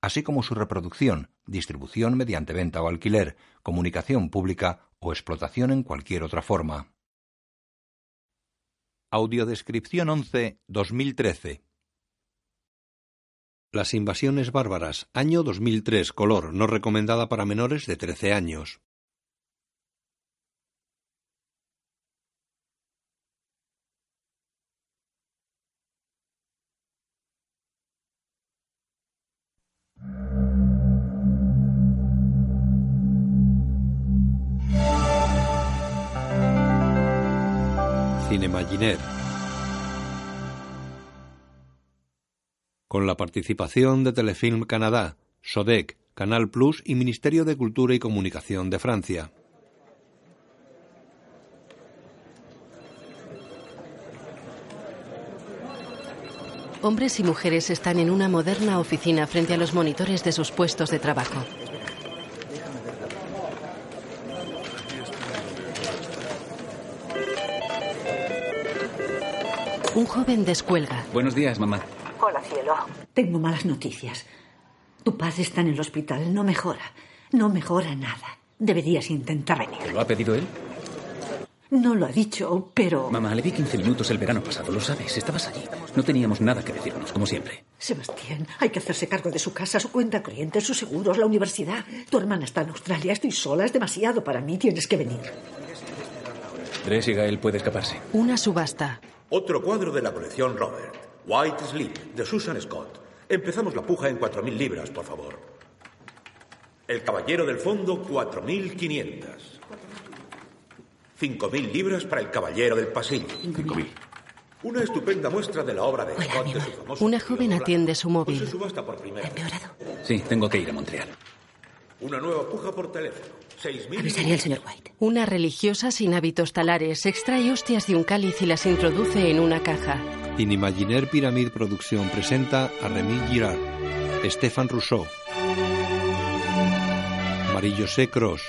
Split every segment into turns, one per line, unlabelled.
así como su reproducción, distribución mediante venta o alquiler, comunicación pública o explotación en cualquier otra forma. Audiodescripción 11 2013 Las invasiones bárbaras, año 2003, color, no recomendada para menores de 13 años. Cinemaginer. Con la participación de Telefilm Canadá, Sodec, Canal Plus y Ministerio de Cultura y Comunicación de Francia.
Hombres y mujeres están en una moderna oficina frente a los monitores de sus puestos de trabajo. Un joven descuelga.
Buenos días, mamá.
Hola, cielo. Tengo malas noticias. Tu padre está en el hospital. No mejora. No mejora nada. Deberías intentar venir.
¿Te lo ha pedido él?
No lo ha dicho, pero...
Mamá, le di 15 minutos el verano pasado, lo sabes, estabas allí. No teníamos nada que decirnos, como siempre.
Sebastián, hay que hacerse cargo de su casa, su cuenta corriente, sus seguros, la universidad. Tu hermana está en Australia, estoy sola, es demasiado para mí, tienes que venir.
Tres y Gael puede escaparse.
Una subasta.
Otro cuadro de la colección Robert, White Sleep, de Susan Scott. Empezamos la puja en 4.000 libras, por favor. El caballero del fondo, 4.500. 5.000 libras para el caballero del pasillo.
5.000.
Una estupenda muestra de la obra de
Hola,
Scott
mi
de su
amor.
famoso
Una
vestido
joven
blanco.
atiende su
Hoy
móvil.
se subasta por primera vez.
Empeorado.
Sí, tengo que ir a Montreal.
Una nueva puja por teléfono. 6.000.
Avisaría al señor White.
Una religiosa sin hábitos talares extrae hostias de un cáliz y las introduce en una caja.
Inimaginer Pyramid Producción presenta a Remy Girard, Stéphane Rousseau, Marillo Secros,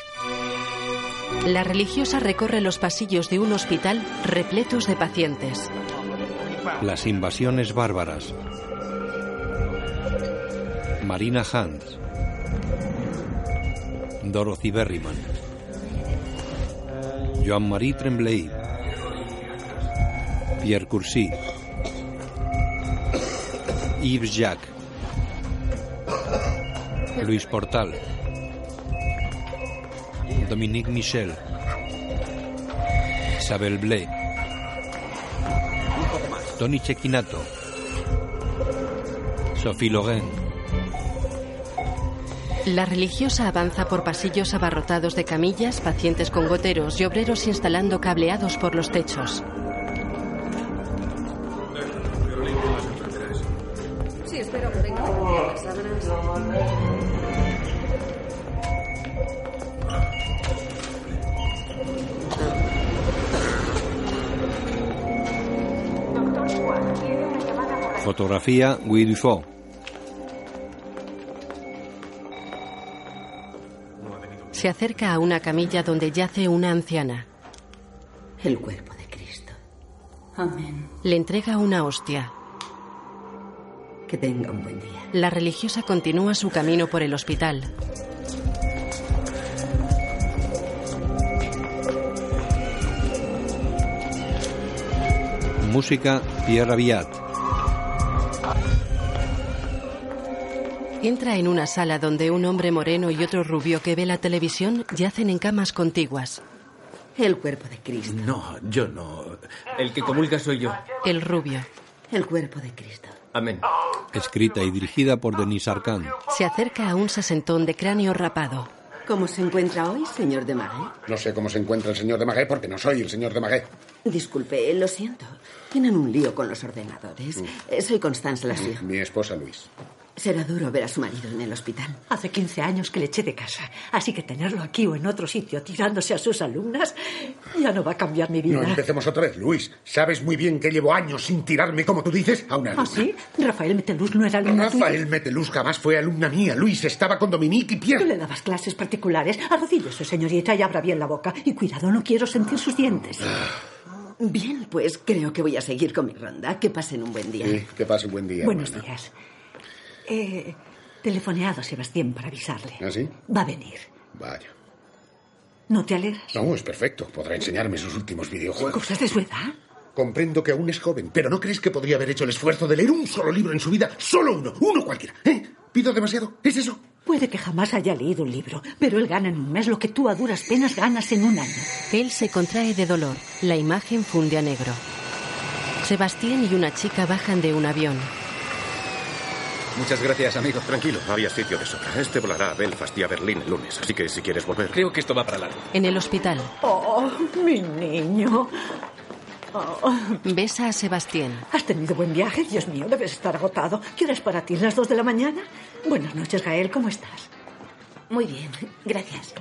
La religiosa recorre los pasillos de un hospital repletos de pacientes.
Las invasiones bárbaras. Marina Hunt. Dorothy Berryman. Joan-Marie Tremblay. Pierre Cursi. Yves Jacques. Luis Portal. Dominique Michel. Isabel Blais. Tony Chequinato, Sophie Loren,
La religiosa avanza por pasillos abarrotados de camillas, pacientes con goteros y obreros instalando cableados por los techos.
Sí, espero que venga por día, las sábanas.
fotografía Guy Dufaux,
Se acerca a una camilla donde yace una anciana.
El cuerpo de Cristo.
Amén.
Le entrega una hostia.
Que tenga un buen día.
La religiosa continúa su camino por el hospital.
música Pierre Aviat,
Entra en una sala donde un hombre moreno y otro rubio que ve la televisión yacen en camas contiguas.
El cuerpo de Cristo.
No, yo no. El que comulga soy yo.
El rubio
El cuerpo de Cristo.
Amén.
escrita y dirigida por Denis Arcand,
se acerca a un sesentón de cráneo rapado.
¿Cómo se encuentra hoy, señor de Marais?
No sé cómo se encuentra el señor de Magué porque no soy el señor de Magué.
Disculpe, lo siento. Tienen un lío con los ordenadores. Eh, Soy Constanza Lasio.
Mi Mm. esposa Luis.
Será duro ver a su marido en el hospital.
Hace 15 años que le eché de casa, así que tenerlo aquí o en otro sitio tirándose a sus alumnas ya no va a cambiar mi vida.
No empecemos otra vez, Luis. Sabes muy bien que llevo años sin tirarme, como tú dices, a una
¿Ah,
alumna.
sí? Rafael Meteluz no era alumno tuyo.
Rafael Meteluz jamás fue alumna mía. Luis estaba con Dominique y
Tú
Pierre.
le dabas clases particulares. Arrodíllese, señorita, y abra bien la boca. Y cuidado, no quiero sentir sus dientes.
Ah.
Bien, pues creo que voy a seguir con mi ronda. Que pasen un buen día.
Sí, que pase un buen día.
Buenos
hermana.
días. Eh, telefoneado a Sebastián para avisarle.
¿Ah, sí?
Va a venir.
Vaya.
¿No te alegras?
No, es perfecto. Podrá enseñarme sus últimos videojuegos.
¿Cosas de su edad?
Comprendo que aún es joven, pero ¿no crees que podría haber hecho el esfuerzo de leer un solo libro en su vida? Solo uno, uno cualquiera. ¿Eh? ¿Pido demasiado? ¿Es eso?
Puede que jamás haya leído un libro, pero él gana en un mes lo que tú a duras penas ganas en un año.
Él se contrae de dolor. La imagen funde a negro. Sebastián y una chica bajan de un avión.
Muchas gracias, amigo. Tranquilo, había sitio de sobra. Este volará a Belfast y a Berlín el lunes, así que si quieres volver.
Creo que esto va para largo.
En el hospital,
Oh, mi niño. Oh,
besa a Sebastián.
¿Has tenido buen viaje? Dios mío, debes estar agotado. ¿Qué hora es para ti? ¿Las dos de la mañana? Buenas noches, Gael. ¿Cómo estás?
Muy bien, gracias.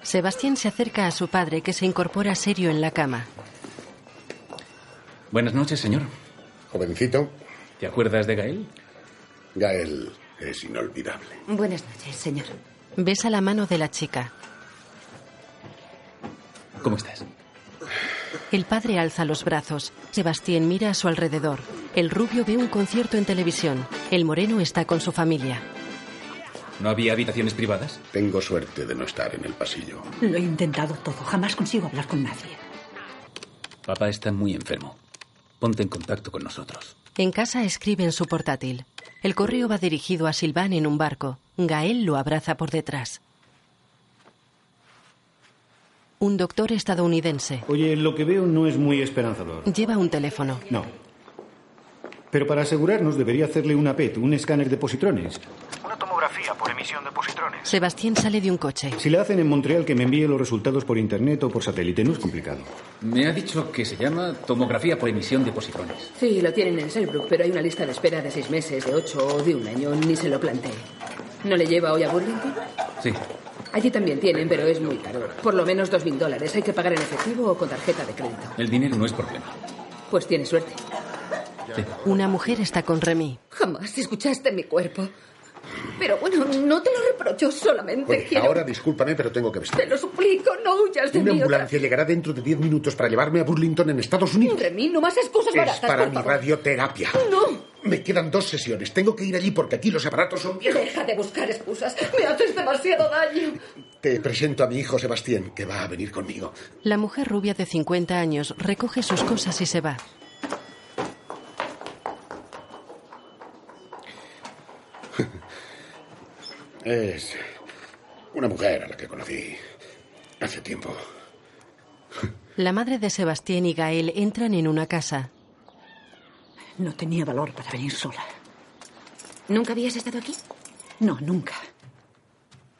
Sebastián se acerca a su padre que se incorpora serio en la cama.
Buenas noches, señor.
Jovencito,
¿Te acuerdas de Gael?
Gael es inolvidable.
Buenas noches, señor.
Besa la mano de la chica.
¿Cómo estás?
El padre alza los brazos. Sebastián mira a su alrededor. El rubio ve un concierto en televisión. El moreno está con su familia.
¿No había habitaciones privadas?
Tengo suerte de no estar en el pasillo.
Lo he intentado todo. Jamás consigo hablar con nadie.
Papá está muy enfermo. Ponte en contacto con nosotros.
En casa escribe en su portátil. El correo va dirigido a Silván en un barco. Gael lo abraza por detrás. Un doctor estadounidense
Oye, lo que veo no es muy esperanzador.
lleva un teléfono.
No. Pero para asegurarnos debería hacerle una PET, un escáner de positrones.
Una tomografía por emisión de positrones.
Sebastián sale de un coche.
Si la hacen en Montreal, que me envíe los resultados por internet o por satélite. No es complicado.
Me ha dicho que se llama tomografía por emisión de positrones.
Sí, lo tienen en Selbrook, pero hay una lista de espera de seis meses, de ocho o de un año. Ni se lo planteé. ¿No le lleva hoy a Burlington?
Sí.
Allí también tienen, pero es muy caro. Por lo menos dos mil dólares. Hay que pagar en efectivo o con tarjeta de crédito.
El dinero no es problema.
Pues tiene suerte.
Una mujer está con Remy.
Jamás escuchaste mi cuerpo. Pero bueno, no te lo reprocho, solamente
Oye, ahora discúlpame, pero tengo que vestir.
lo suplico, no huyas
Una ambulancia llegará dentro de 10 minutos para llevarme a Burlington en Estados Unidos.
mí, no más excusas
Es para mi radioterapia.
No.
Me quedan dos sesiones. Tengo que ir allí porque aquí los aparatos son viejos.
Deja de buscar excusas. Me haces demasiado daño.
Te presento a mi hijo Sebastián, que va a venir conmigo.
La mujer rubia de 50 años recoge sus cosas y se va.
Es una mujer a la que conocí hace tiempo.
La madre de Sebastián y Gael entran en una casa.
No tenía valor para venir sola.
¿Nunca habías estado aquí?
No, nunca.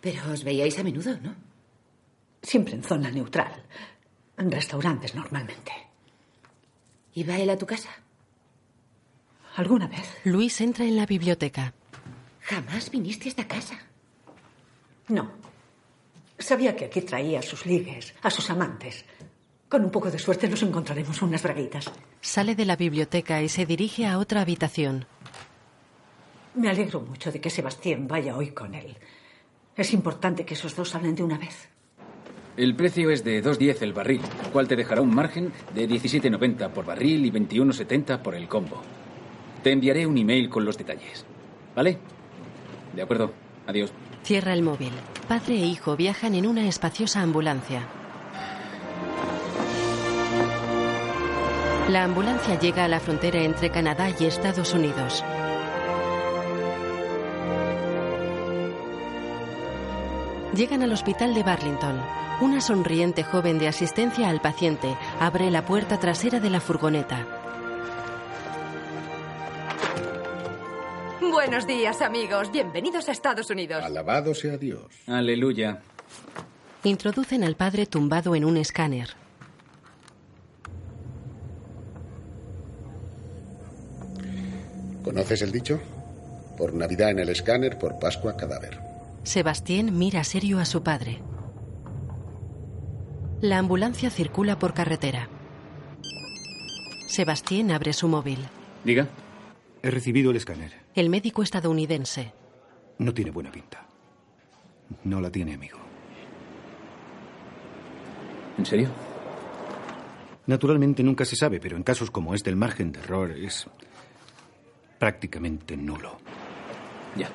Pero os veíais a menudo, ¿no?
Siempre en zona neutral. En restaurantes normalmente.
¿Iba él a tu casa?
¿Alguna vez?
Luis entra en la biblioteca.
Jamás viniste a esta casa.
No. Sabía que aquí traía a sus ligues, a sus amantes. Con un poco de suerte nos encontraremos unas braguitas.
Sale de la biblioteca y se dirige a otra habitación.
Me alegro mucho de que Sebastián vaya hoy con él. Es importante que esos dos hablen de una vez.
El precio es de 2.10 el barril, lo cual te dejará un margen de 17.90 por barril y 21.70 por el combo. Te enviaré un email con los detalles. ¿Vale? De acuerdo. Adiós.
Cierra el móvil. Padre e hijo viajan en una espaciosa ambulancia. La ambulancia llega a la frontera entre Canadá y Estados Unidos. Llegan al hospital de Burlington. Una sonriente joven de asistencia al paciente abre la puerta trasera de la furgoneta.
Buenos días, amigos. Bienvenidos a Estados Unidos.
Alabado sea Dios.
Aleluya.
Introducen al padre tumbado en un escáner.
¿Conoces el dicho? Por Navidad en el escáner, por Pascua cadáver.
Sebastián mira serio a su padre. La ambulancia circula por carretera. Sebastián abre su móvil.
Diga. He recibido el escáner.
El médico estadounidense.
No tiene buena pinta. No la tiene, amigo.
¿En serio?
Naturalmente nunca se sabe, pero en casos como este el margen de error es prácticamente nulo.
Ya.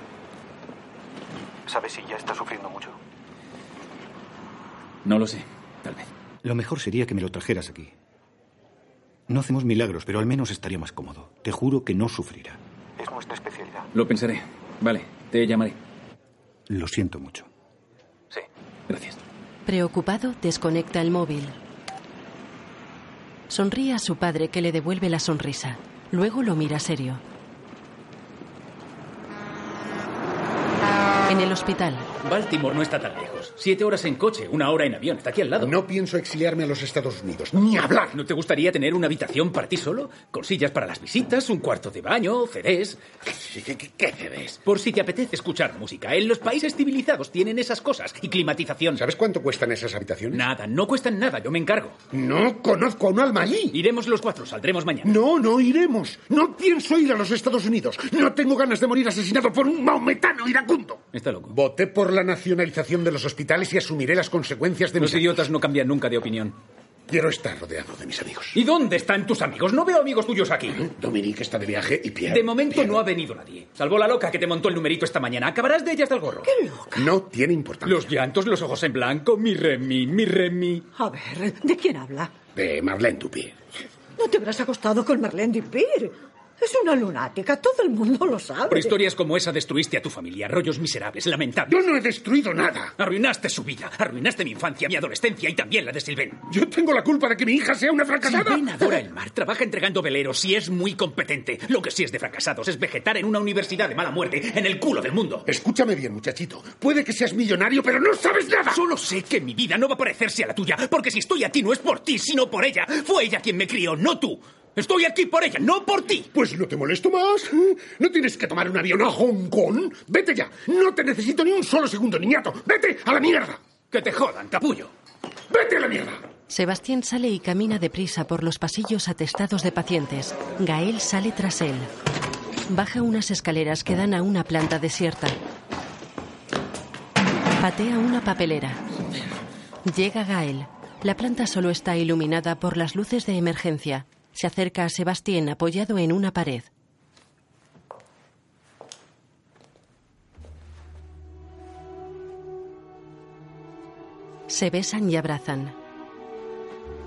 ¿Sabes si ya está sufriendo mucho?
No lo sé, tal vez. Lo mejor sería que me lo trajeras aquí. No hacemos milagros, pero al menos estaría más cómodo. Te juro que no sufrirá.
Es nuestra especialidad.
Lo pensaré. Vale, te llamaré.
Lo siento mucho.
Sí. Gracias.
Preocupado, desconecta el móvil. Sonríe a su padre que le devuelve la sonrisa. Luego lo mira serio. En el hospital,
Baltimore no está tan lejos. Siete horas en coche, una hora en avión. Está aquí al lado.
No pienso exiliarme a los Estados Unidos, ni hablar.
¿No te gustaría tener una habitación para ti solo? Con sillas para las visitas, un cuarto de baño, CDs. ¿Qué, qué, qué CDs? Por si te apetece escuchar música. En los países civilizados tienen esas cosas y climatización.
¿Sabes cuánto cuestan esas habitaciones?
Nada, no cuestan nada, yo me encargo.
No conozco a un alma allí.
Iremos los cuatro, saldremos mañana.
No, no iremos. No pienso ir a los Estados Unidos. No tengo ganas de morir asesinado por un maometano iracundo.
Está loco.
Voté por la nacionalización de los hospitales y asumiré las consecuencias de
Los
mis actos.
idiotas no cambian nunca de opinión.
Quiero estar rodeado de mis amigos.
¿Y dónde están tus amigos? No veo amigos tuyos aquí.
Dominique está de viaje y Pierre.
De momento no ha venido nadie. Salvo la loca que te montó el numerito esta mañana. Acabarás de ellas del gorro.
No tiene importancia.
Los llantos, los ojos en blanco, mi Remy, mi Remy.
A ver, ¿de quién habla?
De Marlene Dupie.
No te habrás acostado con Marlene Dupir. Es una lunática, todo el mundo lo sabe.
Por historias como esa destruiste a tu familia, rollos miserables, lamentables.
Yo no he destruido nada.
Arruinaste su vida, arruinaste mi infancia, mi adolescencia y también la de Silven.
Yo tengo la culpa de que mi hija sea una fracasada.
Silven adora el mar, trabaja entregando veleros y es muy competente. Lo que sí es de fracasados es vegetar en una universidad de mala muerte, en el culo del mundo.
Escúchame bien, muchachito. Puede que seas millonario, pero no sabes nada.
Solo sé que mi vida no va a parecerse a la tuya, porque si estoy aquí no es por ti, sino por ella. Fue ella quien me crió, no tú. Estoy aquí por ella, no por ti.
Pues no te molesto más. ¿eh? No tienes que tomar un avión a Hong Kong. Vete ya. No te necesito ni un solo segundo, niñato. Vete a la mierda.
Que te jodan, capullo.
Vete a la mierda.
Sebastián sale y camina deprisa por los pasillos atestados de pacientes. Gael sale tras él. Baja unas escaleras que dan a una planta desierta. Patea una papelera. Llega Gael. La planta solo está iluminada por las luces de emergencia. Se acerca a Sebastián apoyado en una pared. Se besan y abrazan.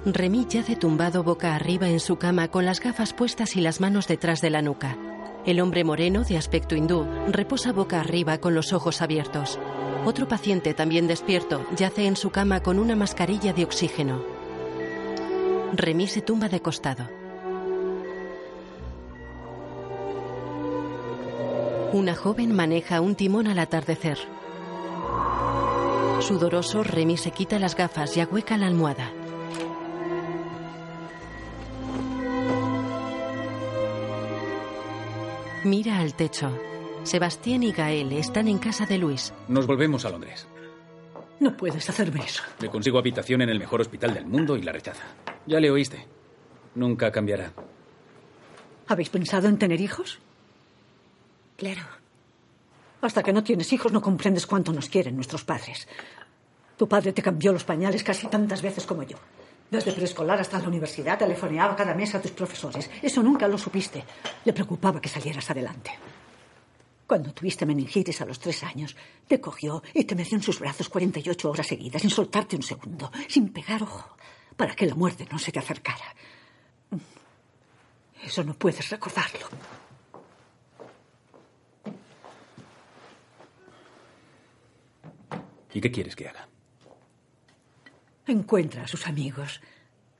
Remy yace tumbado boca arriba en su cama con las gafas puestas y las manos detrás de la nuca. El hombre moreno, de aspecto hindú, reposa boca arriba con los ojos abiertos. Otro paciente, también despierto, yace en su cama con una mascarilla de oxígeno. Remy se tumba de costado. Una joven maneja un timón al atardecer. Sudoroso, Remy se quita las gafas y ahueca la almohada. Mira al techo. Sebastián y Gael están en casa de Luis.
Nos volvemos a Londres.
No puedes hacerme eso.
Le consigo habitación en el mejor hospital del mundo y la rechaza. Ya le oíste. Nunca cambiará.
¿Habéis pensado en tener hijos?
Claro.
Hasta que no tienes hijos no comprendes cuánto nos quieren nuestros padres. Tu padre te cambió los pañales casi tantas veces como yo. Desde preescolar hasta la universidad telefoneaba cada mes a tus profesores. Eso nunca lo supiste. Le preocupaba que salieras adelante. Cuando tuviste meningitis a los tres años, te cogió y te metió en sus brazos 48 horas seguidas, sin soltarte un segundo, sin pegar ojo, para que la muerte no se te acercara. Eso no puedes recordarlo.
¿Y qué quieres que haga?
Encuentra a sus amigos.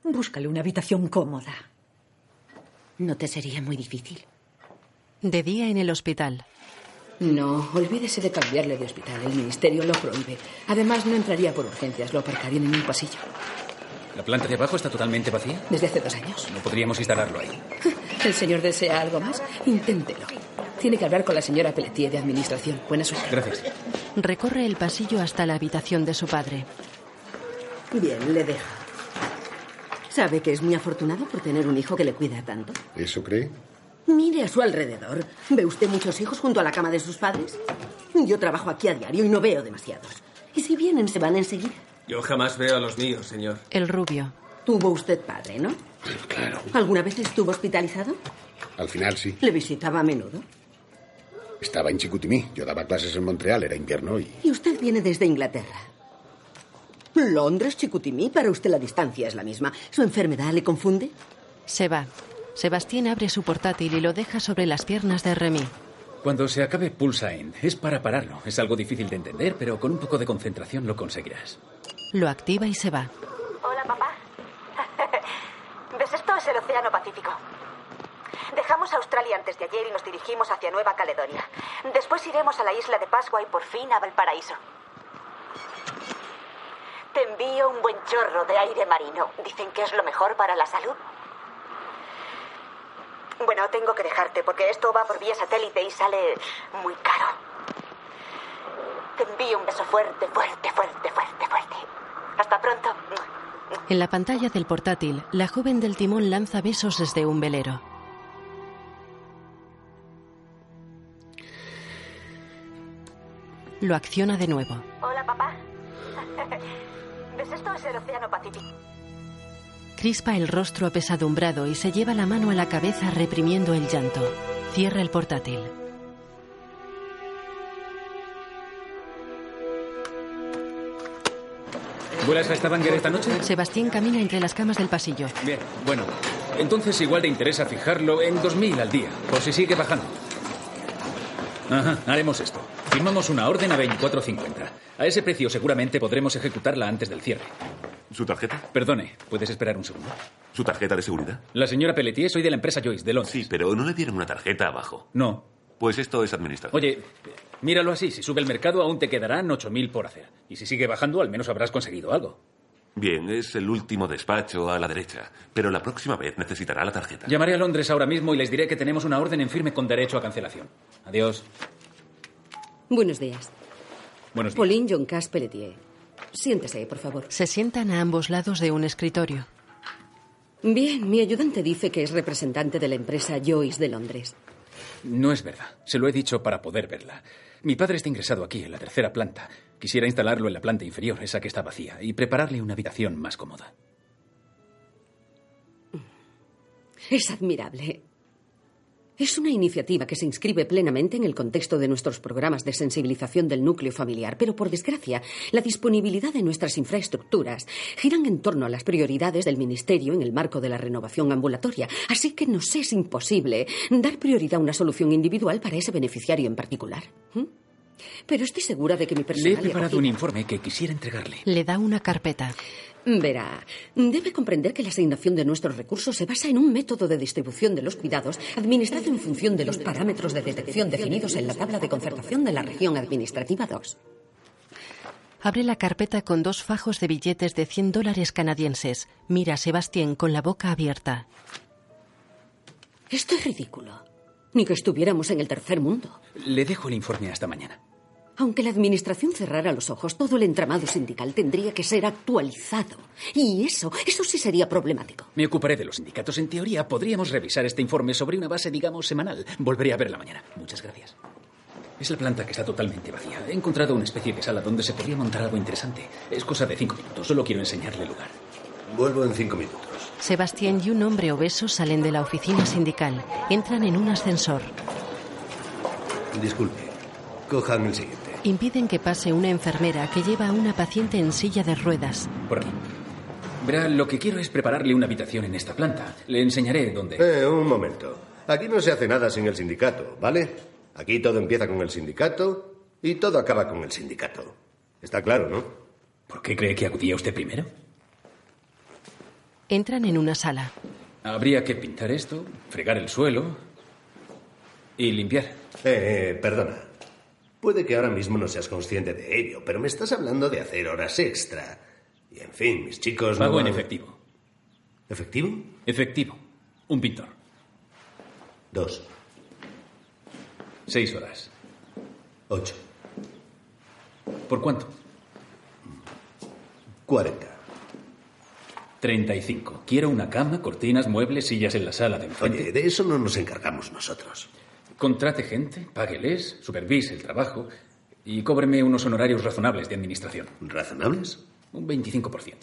Búscale una habitación cómoda.
No te sería muy difícil.
De día en el hospital.
No, olvídese de cambiarle de hospital. El ministerio lo prohíbe. Además, no entraría por urgencias. Lo aparcarían en un pasillo.
¿La planta de abajo está totalmente vacía?
Desde hace dos años.
No podríamos instalarlo ahí.
¿El señor desea algo más? Inténtelo. tiene que hablar con la señora Pelletier de Administración. Buena suerte.
Gracias.
Recorre el pasillo hasta la habitación de su padre.
Bien, le dejo. ¿Sabe que es muy afortunado por tener un hijo que le cuida tanto?
¿Eso cree?
Mire a su alrededor. ¿Ve usted muchos hijos junto a la cama de sus padres? Yo trabajo aquí a diario y no veo demasiados. Y si vienen, se van enseguida.
Yo jamás veo a los míos, señor.
El rubio.
Tuvo usted padre, ¿no?
Claro.
¿Alguna vez estuvo hospitalizado?
Al final sí.
¿Le visitaba a menudo?
Estaba en Chicutimí. Yo daba clases en Montreal, era invierno y.
Y usted viene desde Inglaterra. Londres, Chicutimí, para usted la distancia es la misma. ¿Su enfermedad le confunde?
Se va. Sebastián abre su portátil y lo deja sobre las piernas de Remy.
Cuando se acabe Pulsine, es para pararlo. Es algo difícil de entender, pero con un poco de concentración lo conseguirás.
Lo activa y se va.
Hola, papá. ¿Ves esto? Es el Océano Pacífico. Dejamos Australia antes de ayer y nos dirigimos hacia Nueva Caledonia. Después iremos a la isla de Pascua y por fin a Valparaíso. Te envío un buen chorro de aire marino. Dicen que es lo mejor para la salud. Bueno, tengo que dejarte porque esto va por vía satélite y sale muy caro. Te envío un beso fuerte, fuerte, fuerte, fuerte, fuerte. Hasta pronto.
En la pantalla del portátil, la joven del timón lanza besos desde un velero. Lo acciona de nuevo.
Hola, papá. ¿Ves esto? Es el Océano Pacífico.
Crispa el rostro apesadumbrado y se lleva la mano a la cabeza reprimiendo el llanto. Cierra el portátil.
¿Vuelas a Stavanger esta noche?
Sebastián camina entre las camas del pasillo.
Bien, bueno. Entonces igual te interesa fijarlo en 2.000 al día, por si sigue bajando. Ajá, haremos esto. Firmamos una orden a 24.50. A ese precio seguramente podremos ejecutarla antes del cierre.
¿Su tarjeta?
Perdone, ¿puedes esperar un segundo?
¿Su tarjeta de seguridad?
La señora Pelletier, soy de la empresa Joyce, de Londres.
Sí, pero no le dieron una tarjeta abajo.
No.
Pues esto es administración.
Oye, míralo así. Si sube el mercado, aún te quedarán 8.000 por hacer. Y si sigue bajando, al menos habrás conseguido algo.
Bien, es el último despacho a la derecha, pero la próxima vez necesitará la tarjeta.
Llamaré a Londres ahora mismo y les diré que tenemos una orden en firme con derecho a cancelación. Adiós.
Buenos días.
Buenos días.
Pauline John Cash Pelletier. Siéntese, por favor.
Se sientan a ambos lados de un escritorio.
Bien, mi ayudante dice que es representante de la empresa Joyce de Londres.
No es verdad. Se lo he dicho para poder verla. Mi padre está ingresado aquí, en la tercera planta. Quisiera instalarlo en la planta inferior, esa que está vacía, y prepararle una habitación más cómoda.
Es admirable. Es una iniciativa que se inscribe plenamente en el contexto de nuestros programas de sensibilización del núcleo familiar, pero por desgracia, la disponibilidad de nuestras infraestructuras giran en torno a las prioridades del Ministerio en el marco de la renovación ambulatoria, así que nos es imposible dar prioridad a una solución individual para ese beneficiario en particular. ¿Mm? Pero estoy segura de que mi
Le
personal...
he
de
preparado
acogida-
un informe que quisiera entregarle.
Le da una carpeta.
Verá, debe comprender que la asignación de nuestros recursos se basa en un método de distribución de los cuidados administrado en función de los parámetros de detección definidos en la tabla de concertación de la región administrativa 2.
Abre la carpeta con dos fajos de billetes de 100 dólares canadienses. Mira a Sebastián con la boca abierta.
Esto es ridículo. Ni que estuviéramos en el tercer mundo.
Le dejo el informe hasta mañana.
Aunque la administración cerrara los ojos, todo el entramado sindical tendría que ser actualizado. Y eso, eso sí sería problemático.
Me ocuparé de los sindicatos. En teoría, podríamos revisar este informe sobre una base, digamos, semanal. Volveré a verla mañana. Muchas gracias. Es la planta que está totalmente vacía. He encontrado una especie de sala donde se podría montar algo interesante. Es cosa de cinco minutos. Solo quiero enseñarle el lugar.
Vuelvo en cinco minutos.
Sebastián y un hombre obeso salen de la oficina sindical. Entran en un ascensor.
Disculpe. Cojan el siguiente.
Impiden que pase una enfermera que lleva a una paciente en silla de ruedas.
Por aquí. Verá, lo que quiero es prepararle una habitación en esta planta. Le enseñaré dónde.
Eh, un momento. Aquí no se hace nada sin el sindicato, ¿vale? Aquí todo empieza con el sindicato y todo acaba con el sindicato. Está claro, ¿no?
¿Por qué cree que acudía usted primero?
Entran en una sala.
Habría que pintar esto, fregar el suelo y limpiar.
Eh, eh, perdona. Puede que ahora mismo no seas consciente de ello, pero me estás hablando de hacer horas extra. Y en fin, mis chicos. no
Pago en
van-
efectivo.
¿Efectivo?
Efectivo. Un pintor.
Dos.
Seis horas. Ocho. ¿Por cuánto? Cuarenta. Treinta y cinco. Quiero una cama, cortinas, muebles, sillas en la sala de enfrente.
Oye, de eso no nos encargamos nosotros.
Contrate gente, págueles, supervise el trabajo y cóbreme unos honorarios razonables de administración.
¿Razonables?
Un 25%.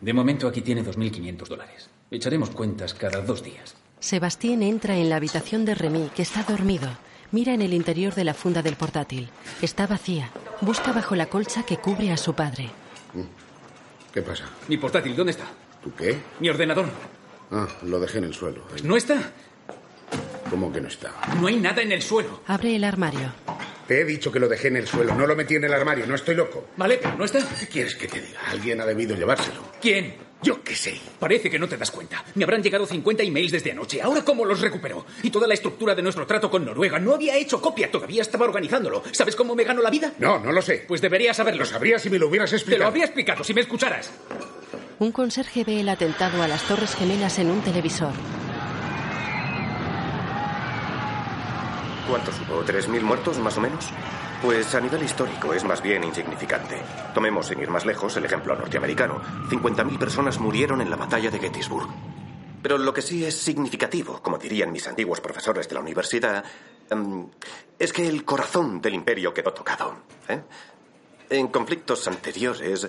De momento aquí tiene 2.500 dólares. Echaremos cuentas cada dos días.
Sebastián entra en la habitación de Remy, que está dormido. Mira en el interior de la funda del portátil. Está vacía. Busca bajo la colcha que cubre a su padre.
¿Qué pasa?
Mi portátil, ¿dónde está?
¿Tú qué?
Mi ordenador.
Ah, lo dejé en el suelo. Ahí.
¿No está?
¿Cómo que no está?
No hay nada en el suelo.
Abre el armario.
Te he dicho que lo dejé en el suelo. No lo metí en el armario. No estoy loco.
Vale, pero no está.
¿Qué quieres que te diga? Alguien ha debido llevárselo.
¿Quién?
Yo qué sé.
Parece que no te das cuenta. Me habrán llegado 50 emails desde anoche. Ahora, ¿cómo los recupero? Y toda la estructura de nuestro trato con Noruega. No había hecho copia, todavía estaba organizándolo. ¿Sabes cómo me gano la vida?
No, no lo sé.
Pues deberías saberlo.
Lo sabría si me lo hubieras
Te lo
explicado.
habría explicado si me escucharas.
Un conserje ve el atentado a las Torres Gemelas en un televisor.
¿Cuántos hubo? ¿Tres mil muertos, más o menos? Pues a nivel histórico es más bien insignificante. Tomemos, sin ir más lejos, el ejemplo norteamericano. 50.000 personas murieron en la batalla de Gettysburg. Pero lo que sí es significativo, como dirían mis antiguos profesores de la universidad, em, es que el corazón del imperio quedó tocado. ¿eh? En conflictos anteriores,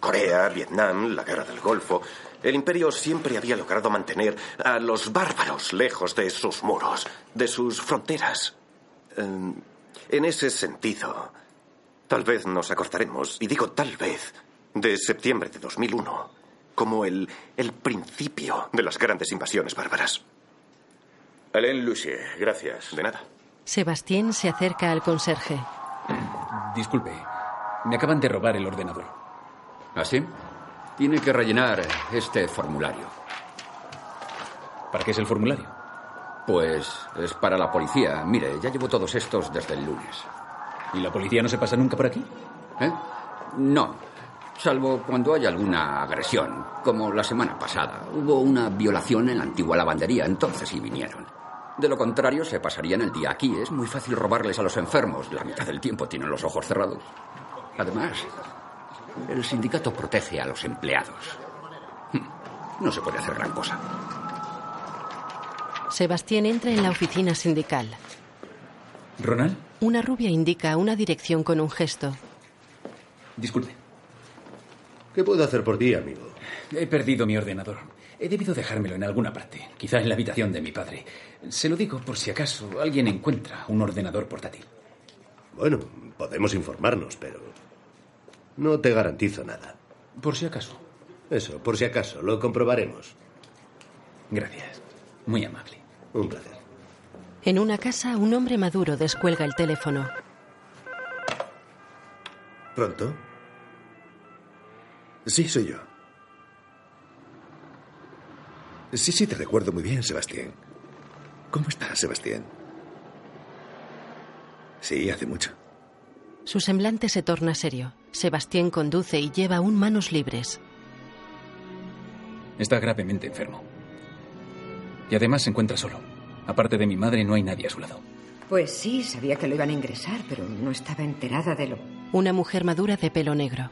Corea, Vietnam, la guerra del Golfo, el imperio siempre había logrado mantener a los bárbaros lejos de sus muros, de sus fronteras. Em, en ese sentido, tal vez nos acordaremos, y digo tal vez, de septiembre de 2001, como el, el principio de las grandes invasiones bárbaras.
Alain Lucier, gracias.
De nada.
Sebastián se acerca al conserje.
Disculpe, me acaban de robar el ordenador.
¿Así? ¿Ah, Tiene que rellenar este formulario.
¿Para qué es el formulario?
Pues es para la policía. Mire, ya llevo todos estos desde el lunes.
¿Y la policía no se pasa nunca por aquí?
¿Eh? No, salvo cuando hay alguna agresión, como la semana pasada. Hubo una violación en la antigua lavandería, entonces sí vinieron. De lo contrario, se pasarían el día aquí. Es muy fácil robarles a los enfermos. La mitad del tiempo tienen los ojos cerrados. Además, el sindicato protege a los empleados. Hm, No se puede hacer gran cosa.
Sebastián entra en la oficina sindical.
¿Ronald?
Una rubia indica una dirección con un gesto.
Disculpe.
¿Qué puedo hacer por ti, amigo?
He perdido mi ordenador. He debido dejármelo en alguna parte, quizá en la habitación de mi padre. Se lo digo por si acaso alguien encuentra un ordenador portátil.
Bueno, podemos informarnos, pero no te garantizo nada.
Por si acaso.
Eso, por si acaso, lo comprobaremos.
Gracias. Muy amable.
Un placer.
En una casa, un hombre maduro descuelga el teléfono.
¿Pronto? Sí, soy yo. Sí, sí, te recuerdo muy bien, Sebastián. ¿Cómo estás, Sebastián? Sí, hace mucho.
Su semblante se torna serio. Sebastián conduce y lleva un manos libres.
Está gravemente enfermo. Y además se encuentra solo. Aparte de mi madre, no hay nadie a su lado.
Pues sí, sabía que lo iban a ingresar, pero no estaba enterada de lo...
Una mujer madura de pelo negro.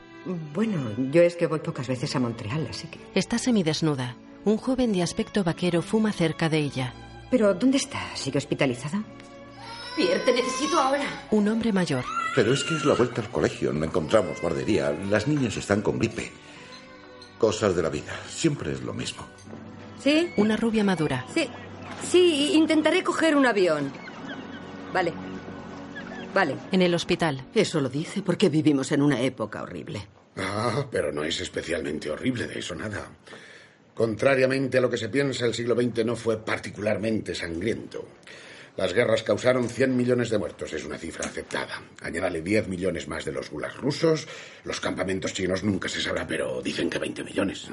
Bueno, yo es que voy pocas veces a Montreal, así que...
Está semidesnuda. Un joven de aspecto vaquero fuma cerca de ella.
¿Pero dónde está? ¿Sigue hospitalizada?
Pierre, te necesito ahora.
Un hombre mayor.
Pero es que es la vuelta al colegio, no encontramos guardería, las niñas están con gripe. Cosas de la vida, siempre es lo mismo.
¿Sí? Una rubia madura.
Sí, sí, intentaré coger un avión. Vale. Vale.
En el hospital.
Eso lo dice porque vivimos en una época horrible.
Ah, pero no es especialmente horrible, de eso nada. Contrariamente a lo que se piensa, el siglo XX no fue particularmente sangriento. Las guerras causaron 100 millones de muertos, es una cifra aceptada. Añádale 10 millones más de los gulags rusos. Los campamentos chinos nunca se sabrá, pero dicen que 20 millones.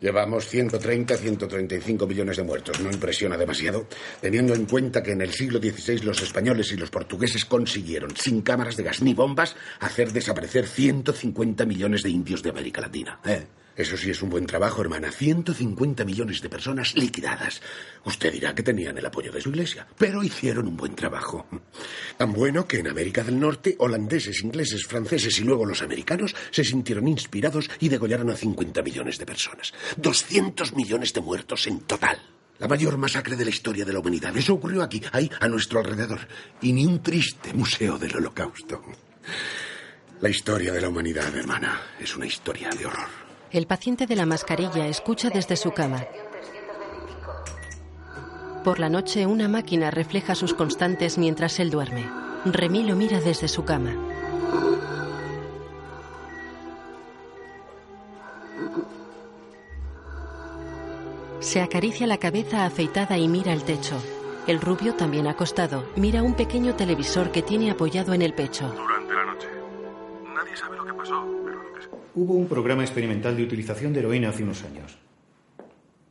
Llevamos 130, 135 millones de muertos. No impresiona demasiado, teniendo en cuenta que en el siglo XVI los españoles y los portugueses consiguieron, sin cámaras de gas ni bombas, hacer desaparecer 150 millones de indios de América Latina. ¿eh? Eso sí es un buen trabajo, hermana. 150 millones de personas liquidadas. Usted dirá que tenían el apoyo de su iglesia, pero hicieron un buen trabajo. Tan bueno que en América del Norte, holandeses, ingleses, franceses y luego los americanos se sintieron inspirados y degollaron a 50 millones de personas. 200 millones de muertos en total. La mayor masacre de la historia de la humanidad. Eso ocurrió aquí, ahí, a nuestro alrededor. Y ni un triste museo del holocausto. La historia de la humanidad, hermana, es una historia de horror.
El paciente de la mascarilla escucha desde su cama. Por la noche, una máquina refleja sus constantes mientras él duerme. Remy lo mira desde su cama. Se acaricia la cabeza afeitada y mira el techo. El rubio, también acostado, mira un pequeño televisor que tiene apoyado en el pecho.
Durante la noche. Nadie sabe lo que pasó, pero lo que
Hubo un programa experimental de utilización de heroína hace unos años.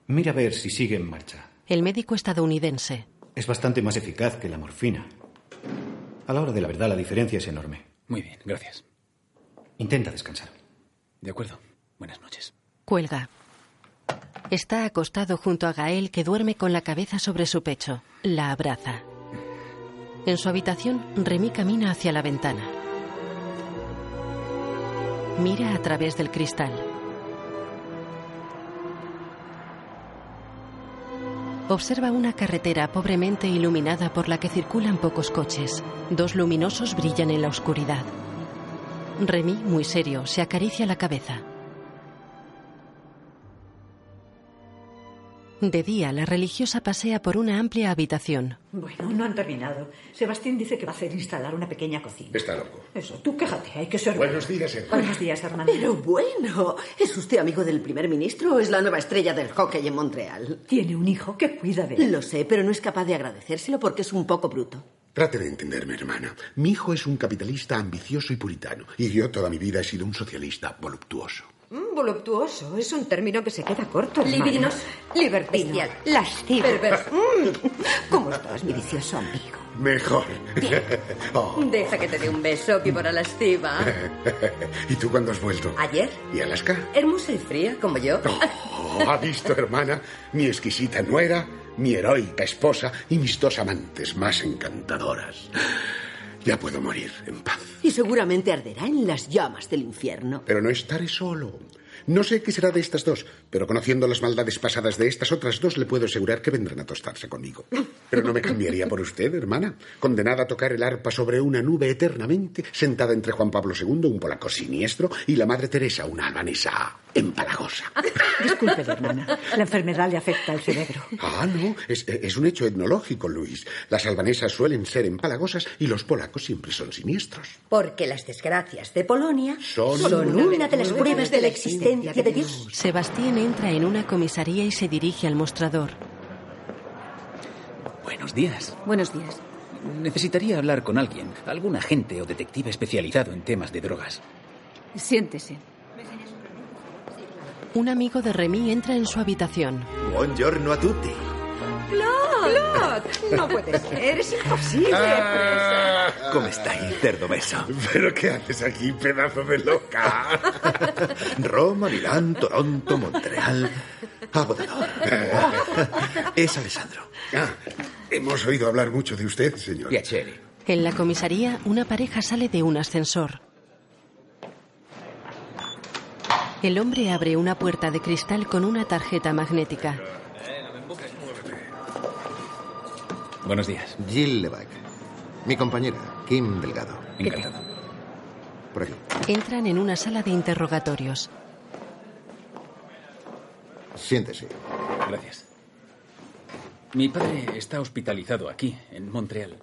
Mira a ver si sigue en marcha.
El médico estadounidense.
Es bastante más eficaz que la morfina. A la hora de la verdad, la diferencia es enorme.
Muy bien, gracias.
Intenta descansar.
De acuerdo. Buenas noches.
Cuelga. Está acostado junto a Gael que duerme con la cabeza sobre su pecho. La abraza. En su habitación, Remy camina hacia la ventana. Mira a través del cristal. Observa una carretera pobremente iluminada por la que circulan pocos coches. Dos luminosos brillan en la oscuridad. Remy, muy serio, se acaricia la cabeza. De día, la religiosa pasea por una amplia habitación.
Bueno, no han terminado. Sebastián dice que va a hacer instalar una pequeña cocina.
Está loco.
Eso, tú quéjate, hay que ser.
Buenos días, hermana.
Buenos días, hermana.
Pero bueno, ¿es usted amigo del primer ministro o es la nueva estrella del hockey en Montreal?
Tiene un hijo que cuida de él.
Lo sé, pero no es capaz de agradecérselo porque es un poco bruto.
Trate de entenderme, hermana. Mi hijo es un capitalista ambicioso y puritano, y yo toda mi vida he sido un socialista voluptuoso.
Mm, voluptuoso, es un término que se queda corto. hermana.
Libidinos.
Libertino.
Bestial.
Lascivo.
Perverso.
Mm, ¿Cómo estás, mi vicioso amigo?
Mejor. Oh.
Deja que te dé un beso, víbora lastiva.
¿Y tú cuándo has vuelto?
Ayer,
¿Y Alaska?
hermosa y fría, como yo.
Oh, ha visto, hermana, mi exquisita nuera, mi heroica esposa y mis dos amantes más encantadoras. Ya puedo morir en paz.
Y seguramente arderá en las llamas del infierno.
Pero no estaré solo. No sé qué será de estas dos, pero conociendo las maldades pasadas de estas otras dos, le puedo asegurar que vendrán a tostarse conmigo. Pero no me cambiaría por usted, hermana, condenada a tocar el arpa sobre una nube eternamente, sentada entre Juan Pablo II, un polaco siniestro, y la Madre Teresa, una albanesa empalagosa.
Disculpe, hermana. La enfermedad le afecta al cerebro.
Ah, no, es, es un hecho etnológico, Luis. Las albanesas suelen ser empalagosas y los polacos siempre son siniestros.
Porque las desgracias de Polonia
Son-
son una de las pruebas de la existencia de Dios.
Sebastián entra en una comisaría y se dirige al mostrador.
Buenos días.
Buenos días.
Necesitaría hablar con alguien, algún agente o detective especializado en temas de drogas.
Siéntese.
Un amigo de Remy entra en su habitación.
Buongiorno a tutti.
¡Claude! ¡Claude! No puede ser, es imposible.
Ah.
¿Cómo stai, Terdomeso?
¿Pero qué haces aquí, pedazo de loca?
Roma, Milán, Toronto, Montreal. Abodador. Es Alessandro.
Ah, hemos oído hablar mucho de usted, señor.
Piacere.
En la comisaría, una pareja sale de un ascensor. El hombre abre una puerta de cristal con una tarjeta magnética.
Buenos días.
Jill Levac. Mi compañera, Kim Delgado.
Encantado.
Por aquí.
Entran en una sala de interrogatorios.
Siéntese.
Gracias. Mi padre está hospitalizado aquí, en Montreal.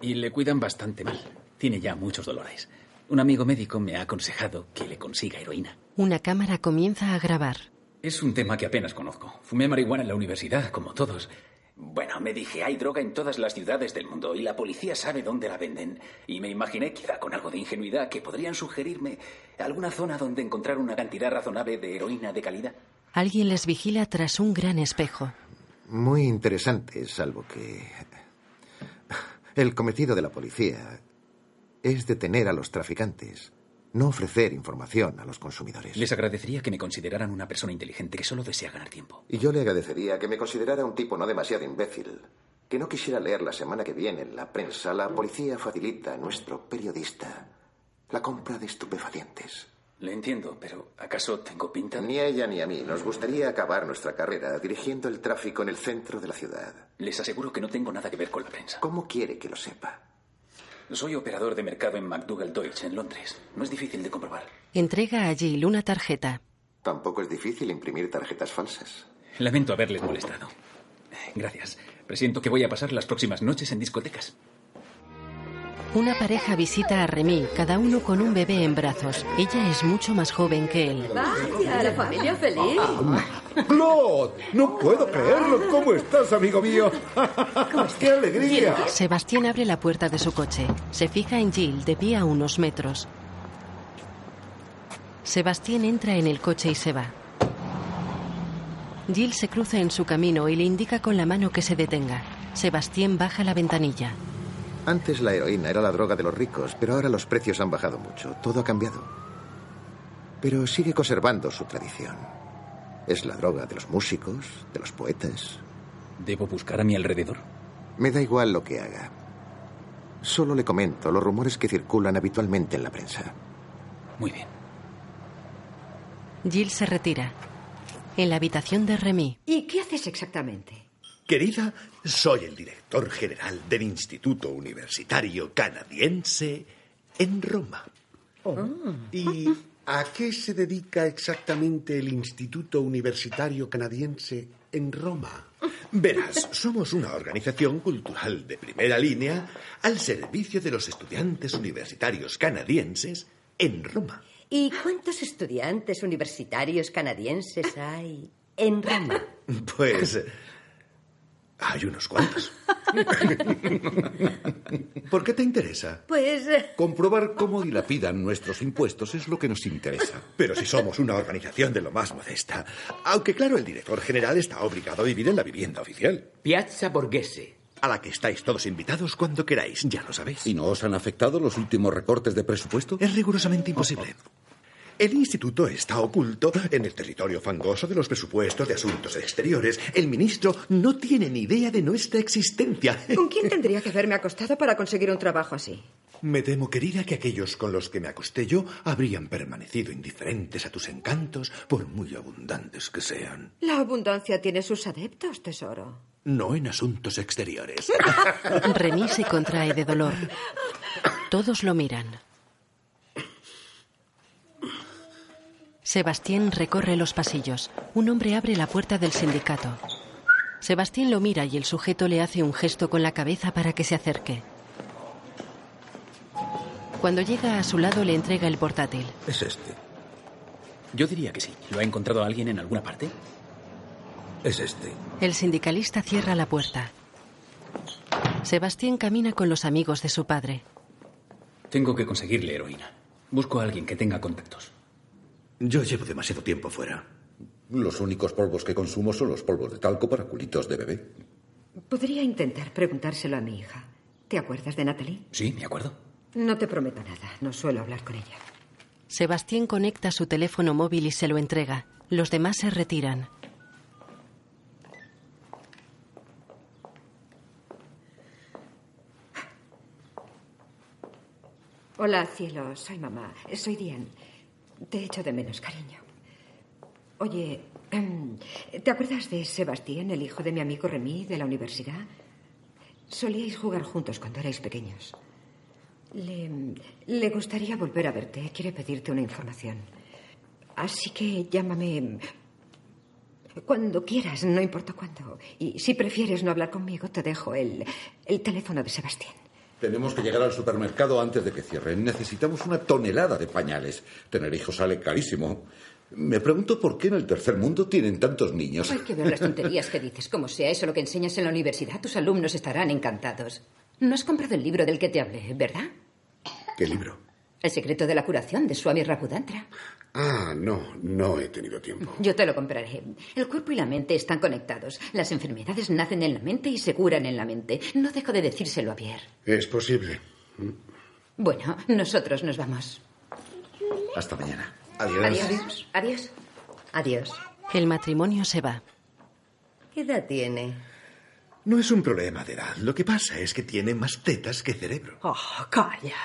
Y le cuidan bastante mal. Tiene ya muchos dolores. Un amigo médico me ha aconsejado que le consiga heroína.
Una cámara comienza a grabar.
Es un tema que apenas conozco. Fumé marihuana en la universidad, como todos. Bueno, me dije, hay droga en todas las ciudades del mundo y la policía sabe dónde la venden. Y me imaginé, quizá con algo de ingenuidad, que podrían sugerirme alguna zona donde encontrar una cantidad razonable de heroína de calidad.
Alguien les vigila tras un gran espejo.
Muy interesante, salvo que... El cometido de la policía es detener a los traficantes no ofrecer información a los consumidores.
Les agradecería que me consideraran una persona inteligente que solo desea ganar tiempo.
Y yo le agradecería que me considerara un tipo no demasiado imbécil, que no quisiera leer la semana que viene en la prensa. La policía facilita a nuestro periodista la compra de estupefacientes.
Le entiendo, pero ¿acaso tengo pinta?
Ni a ella ni a mí nos gustaría acabar nuestra carrera dirigiendo el tráfico en el centro de la ciudad.
Les aseguro que no tengo nada que ver con la prensa.
¿Cómo quiere que lo sepa?
Soy operador de mercado en McDougall Deutsch, en Londres. No es difícil de comprobar.
Entrega a Jill una tarjeta.
Tampoco es difícil imprimir tarjetas falsas.
Lamento haberles molestado. Gracias. Presiento que voy a pasar las próximas noches en discotecas.
Una pareja visita a Remy, cada uno con un bebé en brazos. Ella es mucho más joven que él.
Vaya, la familia feliz.
¡Claude! ¡No puedo creerlo! ¿Cómo estás, amigo mío? ¡Qué alegría!
Sebastián abre la puerta de su coche. Se fija en Jill, de pie a unos metros. Sebastián entra en el coche y se va. Jill se cruza en su camino y le indica con la mano que se detenga. Sebastián baja la ventanilla.
Antes la heroína era la droga de los ricos, pero ahora los precios han bajado mucho. Todo ha cambiado. Pero sigue conservando su tradición. Es la droga de los músicos, de los poetas.
¿Debo buscar a mi alrededor?
Me da igual lo que haga. Solo le comento los rumores que circulan habitualmente en la prensa.
Muy bien.
Jill se retira. En la habitación de Remy.
¿Y qué haces exactamente?
Querida, soy el director general del Instituto Universitario Canadiense en Roma.
Oh.
¿Y a qué se dedica exactamente el Instituto Universitario Canadiense en Roma? Verás, somos una organización cultural de primera línea al servicio de los estudiantes universitarios canadienses en Roma.
¿Y cuántos estudiantes universitarios canadienses hay en Roma?
Pues... Hay unos cuantos. ¿Por qué te interesa?
Pues...
Comprobar cómo dilapidan nuestros impuestos es lo que nos interesa. Pero si somos una organización de lo más modesta. Aunque claro, el director general está obligado a vivir en la vivienda oficial.
Piazza Borghese.
A la que estáis todos invitados cuando queráis, ya lo sabéis.
¿Y no os han afectado los últimos recortes de presupuesto?
Es rigurosamente imposible. El instituto está oculto en el territorio fangoso de los presupuestos de asuntos exteriores. El ministro no tiene ni idea de nuestra existencia.
¿Con quién tendría que haberme acostado para conseguir un trabajo así?
Me temo, querida, que aquellos con los que me acosté yo habrían permanecido indiferentes a tus encantos, por muy abundantes que sean.
La abundancia tiene sus adeptos, tesoro.
No en asuntos exteriores.
Remy se contrae de dolor. Todos lo miran. Sebastián recorre los pasillos. Un hombre abre la puerta del sindicato. Sebastián lo mira y el sujeto le hace un gesto con la cabeza para que se acerque. Cuando llega a su lado le entrega el portátil.
Es este.
Yo diría que sí. ¿Lo ha encontrado alguien en alguna parte?
Es este.
El sindicalista cierra la puerta. Sebastián camina con los amigos de su padre.
Tengo que conseguirle heroína. Busco a alguien que tenga contactos.
Yo llevo demasiado tiempo fuera.
Los únicos polvos que consumo son los polvos de talco para culitos de bebé.
Podría intentar preguntárselo a mi hija. ¿Te acuerdas de Natalie?
Sí, me acuerdo.
No te prometo nada. No suelo hablar con ella.
Sebastián conecta su teléfono móvil y se lo entrega. Los demás se retiran.
Hola, cielo. Soy mamá. Eh, Soy Diane. Te echo de menos, cariño. Oye, em, ¿te acuerdas de Sebastián, el hijo de mi amigo Remy de la universidad? Solíais jugar juntos cuando erais pequeños. Le, le gustaría volver a verte. Quiere pedirte una información. Así que llámame em, cuando quieras, no importa cuándo. Y si prefieres no hablar conmigo, te dejo el, el teléfono de Sebastián.
Tenemos que llegar al supermercado antes de que cierren. Necesitamos una tonelada de pañales. Tener hijos sale carísimo. Me pregunto por qué en el tercer mundo tienen tantos niños.
Hay que ver las tonterías que dices. Como sea eso lo que enseñas en la universidad, tus alumnos estarán encantados. No has comprado el libro del que te hablé, ¿verdad?
¿Qué libro?
El secreto de la curación de Swami Raghunandan.
Ah, no, no he tenido tiempo.
Yo te lo compraré. El cuerpo y la mente están conectados. Las enfermedades nacen en la mente y se curan en la mente. No dejo de decírselo a Pierre.
Es posible.
Bueno, nosotros nos vamos.
Hasta mañana.
Adiós. Adiós. Adiós.
El matrimonio se va.
¿Qué edad tiene?
No es un problema de edad. Lo que pasa es que tiene más tetas que cerebro.
Oh, calla.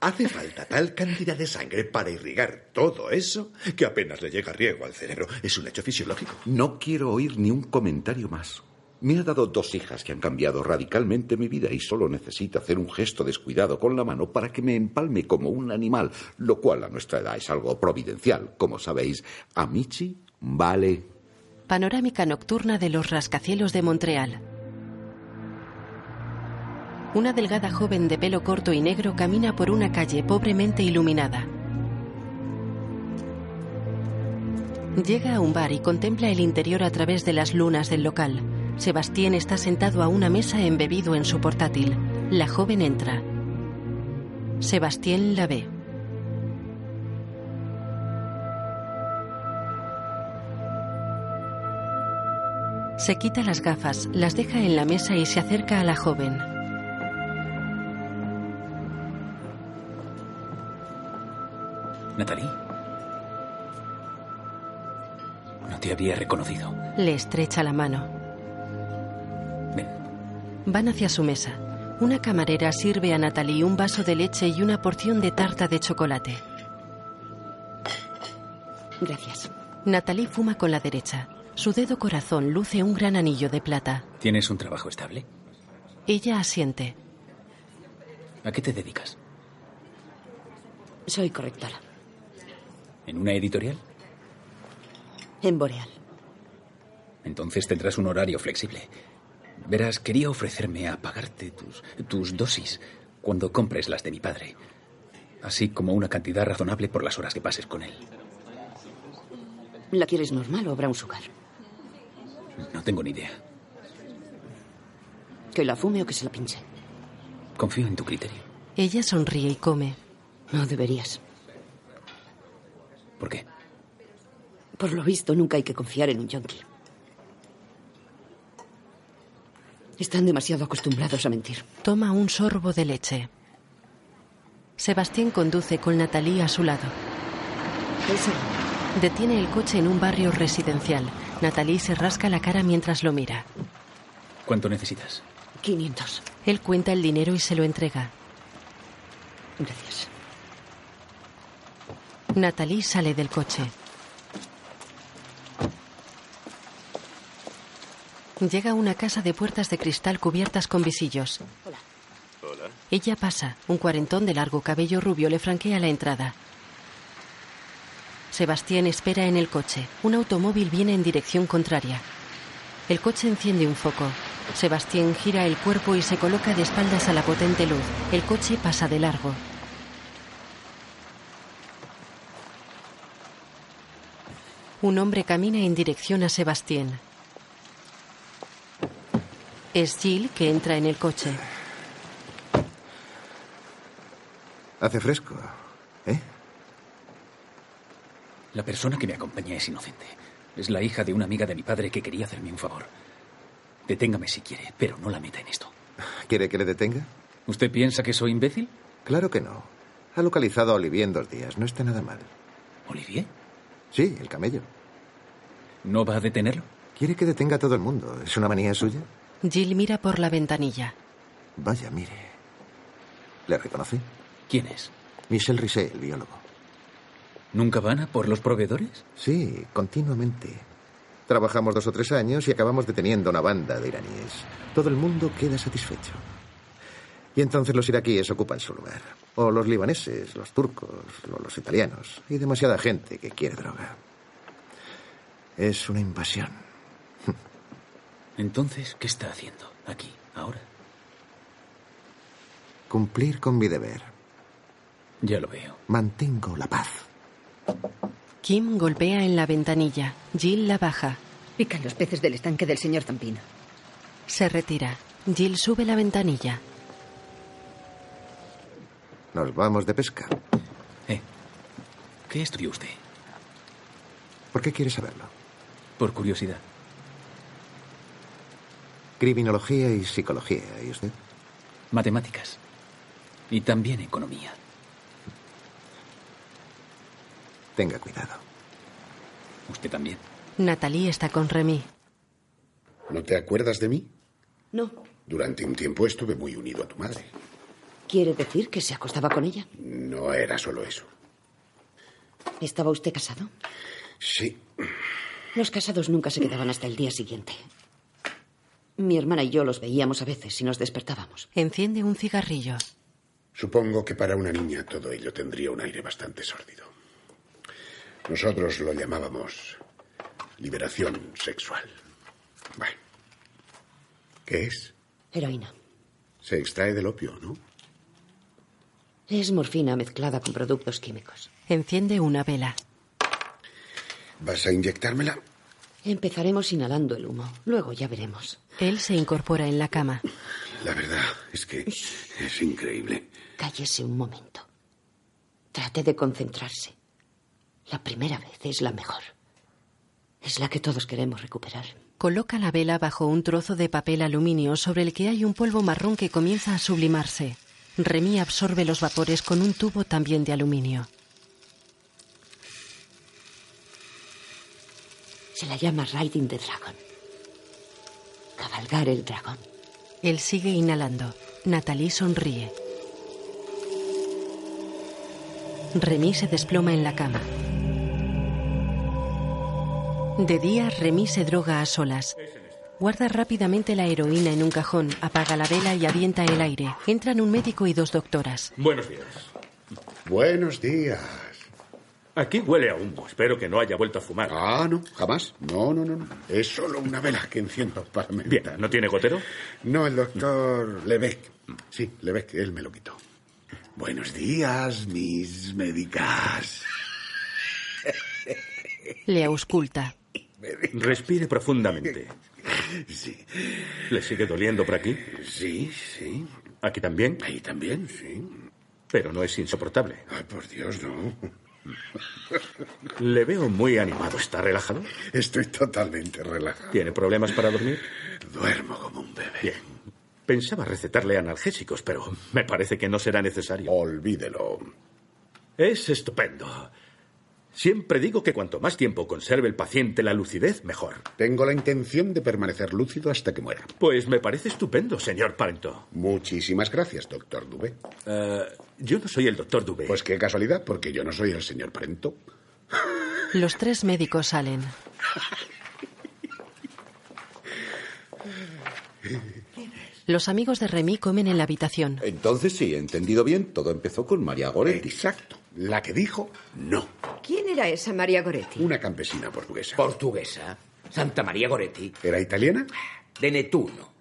Hace falta tal cantidad de sangre para irrigar todo eso que apenas le llega riego al cerebro. Es un hecho fisiológico.
No quiero oír ni un comentario más. Me ha dado dos hijas que han cambiado radicalmente mi vida y solo necesita hacer un gesto descuidado con la mano para que me empalme como un animal, lo cual a nuestra edad es algo providencial, como sabéis. A Michi vale.
Panorámica nocturna de los rascacielos de Montreal. Una delgada joven de pelo corto y negro camina por una calle pobremente iluminada. Llega a un bar y contempla el interior a través de las lunas del local. Sebastián está sentado a una mesa embebido en su portátil. La joven entra. Sebastián la ve. Se quita las gafas, las deja en la mesa y se acerca a la joven.
Natalie. No te había reconocido.
Le estrecha la mano.
Ven.
Van hacia su mesa. Una camarera sirve a Natalie un vaso de leche y una porción de tarta de chocolate.
Gracias.
Natalie fuma con la derecha. Su dedo corazón luce un gran anillo de plata.
¿Tienes un trabajo estable?
Ella asiente.
¿A qué te dedicas?
Soy correctora.
¿En una editorial?
En Boreal.
Entonces tendrás un horario flexible. Verás, quería ofrecerme a pagarte tus, tus dosis cuando compres las de mi padre, así como una cantidad razonable por las horas que pases con él.
¿La quieres normal o brown sugar?
No tengo ni idea.
¿Que la fume o que se la pinche?
Confío en tu criterio.
Ella sonríe y come.
No deberías.
¿Por qué?
Por lo visto, nunca hay que confiar en un yonki. Están demasiado acostumbrados a mentir.
Toma un sorbo de leche. Sebastián conduce con Natalie a su lado. Detiene el coche en un barrio residencial. Natalie se rasca la cara mientras lo mira.
¿Cuánto necesitas?
500.
Él cuenta el dinero y se lo entrega.
Gracias.
Natalie sale del coche. Llega a una casa de puertas de cristal cubiertas con visillos.
Hola.
Hola.
Ella pasa. Un cuarentón de largo cabello rubio le franquea la entrada. Sebastián espera en el coche. Un automóvil viene en dirección contraria. El coche enciende un foco. Sebastián gira el cuerpo y se coloca de espaldas a la potente luz. El coche pasa de largo. Un hombre camina en dirección a Sebastián. Es Jill que entra en el coche.
Hace fresco.
La persona que me acompaña es inocente. Es la hija de una amiga de mi padre que quería hacerme un favor. Deténgame si quiere, pero no la meta en esto.
¿Quiere que le detenga?
¿Usted piensa que soy imbécil?
Claro que no. Ha localizado a Olivier en dos días. No está nada mal.
¿Olivier?
Sí, el camello.
¿No va a detenerlo?
Quiere que detenga a todo el mundo. ¿Es una manía suya?
Jill mira por la ventanilla.
Vaya, mire. ¿Le reconoce?
¿Quién es?
Michel Risset, el biólogo.
¿Nunca van a por los proveedores?
Sí, continuamente. Trabajamos dos o tres años y acabamos deteniendo una banda de iraníes. Todo el mundo queda satisfecho. Y entonces los iraquíes ocupan su lugar. O los libaneses, los turcos, o los italianos. Y demasiada gente que quiere droga. Es una invasión.
Entonces, ¿qué está haciendo aquí, ahora?
Cumplir con mi deber.
Ya lo veo.
Mantengo la paz.
Kim golpea en la ventanilla. Jill la baja.
Pican los peces del estanque del señor Zampino.
Se retira. Jill sube la ventanilla.
Nos vamos de pesca.
¿Qué estudió usted?
¿Por qué quiere saberlo?
Por curiosidad.
Criminología y psicología. ¿Y usted?
Matemáticas. Y también economía.
Tenga cuidado.
¿Usted también?
Natalie está con Remy.
¿No te acuerdas de mí?
No.
Durante un tiempo estuve muy unido a tu madre.
¿Quiere decir que se acostaba con ella?
No era solo eso.
¿Estaba usted casado?
Sí.
Los casados nunca se quedaban hasta el día siguiente. Mi hermana y yo los veíamos a veces y nos despertábamos.
Enciende un cigarrillo.
Supongo que para una niña todo ello tendría un aire bastante sórdido. Nosotros lo llamábamos liberación sexual. Bueno. ¿Qué es?
Heroína.
Se extrae del opio, ¿no?
Es morfina mezclada con productos químicos.
Enciende una vela.
¿Vas a inyectármela?
Empezaremos inhalando el humo. Luego ya veremos.
Él se incorpora en la cama.
La verdad es que es increíble.
Cállese un momento. Trate de concentrarse. La primera vez es la mejor. Es la que todos queremos recuperar.
Coloca la vela bajo un trozo de papel aluminio sobre el que hay un polvo marrón que comienza a sublimarse. Remy absorbe los vapores con un tubo también de aluminio.
Se la llama Riding the Dragon. Cabalgar el dragón.
Él sigue inhalando. Natalie sonríe. Remy se desploma en la cama. De día, Remy se droga a solas. Guarda rápidamente la heroína en un cajón, apaga la vela y avienta el aire. Entran un médico y dos doctoras.
Buenos días.
Buenos días.
Aquí huele a humo. Espero que no haya vuelto a fumar.
Ah, no, jamás. No, no, no. no. Es solo una vela que enciendo para mí.
Bien, ¿no tiene gotero?
No, el doctor Levesque. Sí, Levesque, él me lo quitó. Buenos días, mis médicas.
Le ausculta.
Respire profundamente.
Sí.
¿Le sigue doliendo por aquí?
Sí, sí.
¿Aquí también?
Ahí también, sí.
Pero no es insoportable.
Ay, por Dios, no.
Le veo muy animado. ¿Está relajado?
Estoy totalmente relajado.
¿Tiene problemas para dormir?
Duermo como un bebé.
Bien. Pensaba recetarle analgésicos, pero me parece que no será necesario.
Olvídelo.
Es estupendo. Siempre digo que cuanto más tiempo conserve el paciente la lucidez, mejor.
Tengo la intención de permanecer lúcido hasta que muera.
Pues me parece estupendo, señor Parrington.
Muchísimas gracias, doctor Dubé.
Eh, yo no soy el doctor Dubé.
Pues qué casualidad, porque yo no soy el señor Parento.
Los tres médicos salen. Los amigos de Remy comen en la habitación.
Entonces sí, he entendido bien. Todo empezó con María Goretti.
Exacto. La que dijo no.
¿Quién era esa María Goretti?
Una campesina portuguesa.
Portuguesa. Santa María Goretti.
¿Era italiana?
De Netuno.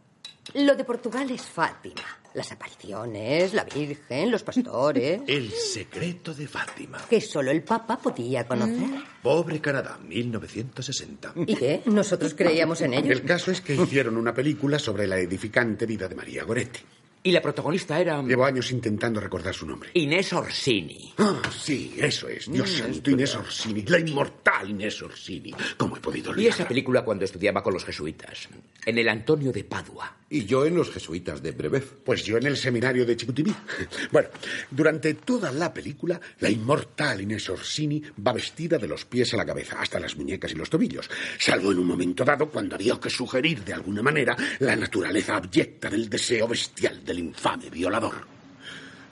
Lo de Portugal es Fátima. Las apariciones, la Virgen, los pastores.
El secreto de Fátima.
Que solo el Papa podía conocer.
Pobre Canadá, 1960.
¿Y qué? Nosotros creíamos en ello.
El caso es que hicieron una película sobre la edificante vida de María Goretti.
Y la protagonista era...
Llevo años intentando recordar su nombre.
Inés Orsini.
Ah, sí, eso
Mm.
es. Mm, Dios santo, Inés Orsini. La inmortal Inés Orsini. ¿Cómo he podido
Y
olvidarla?
esa película cuando estudiaba con los jesuitas. En el Antonio de Padua.
Y yo en los jesuitas de Brevet.
Pues yo en el seminario de Chicoutimi. Bueno, durante toda la película, la inmortal Inés Orsini va vestida de los pies a la cabeza, hasta las muñecas y los tobillos, salvo en un momento dado cuando había que sugerir de alguna manera la naturaleza abyecta del deseo bestial del infame violador.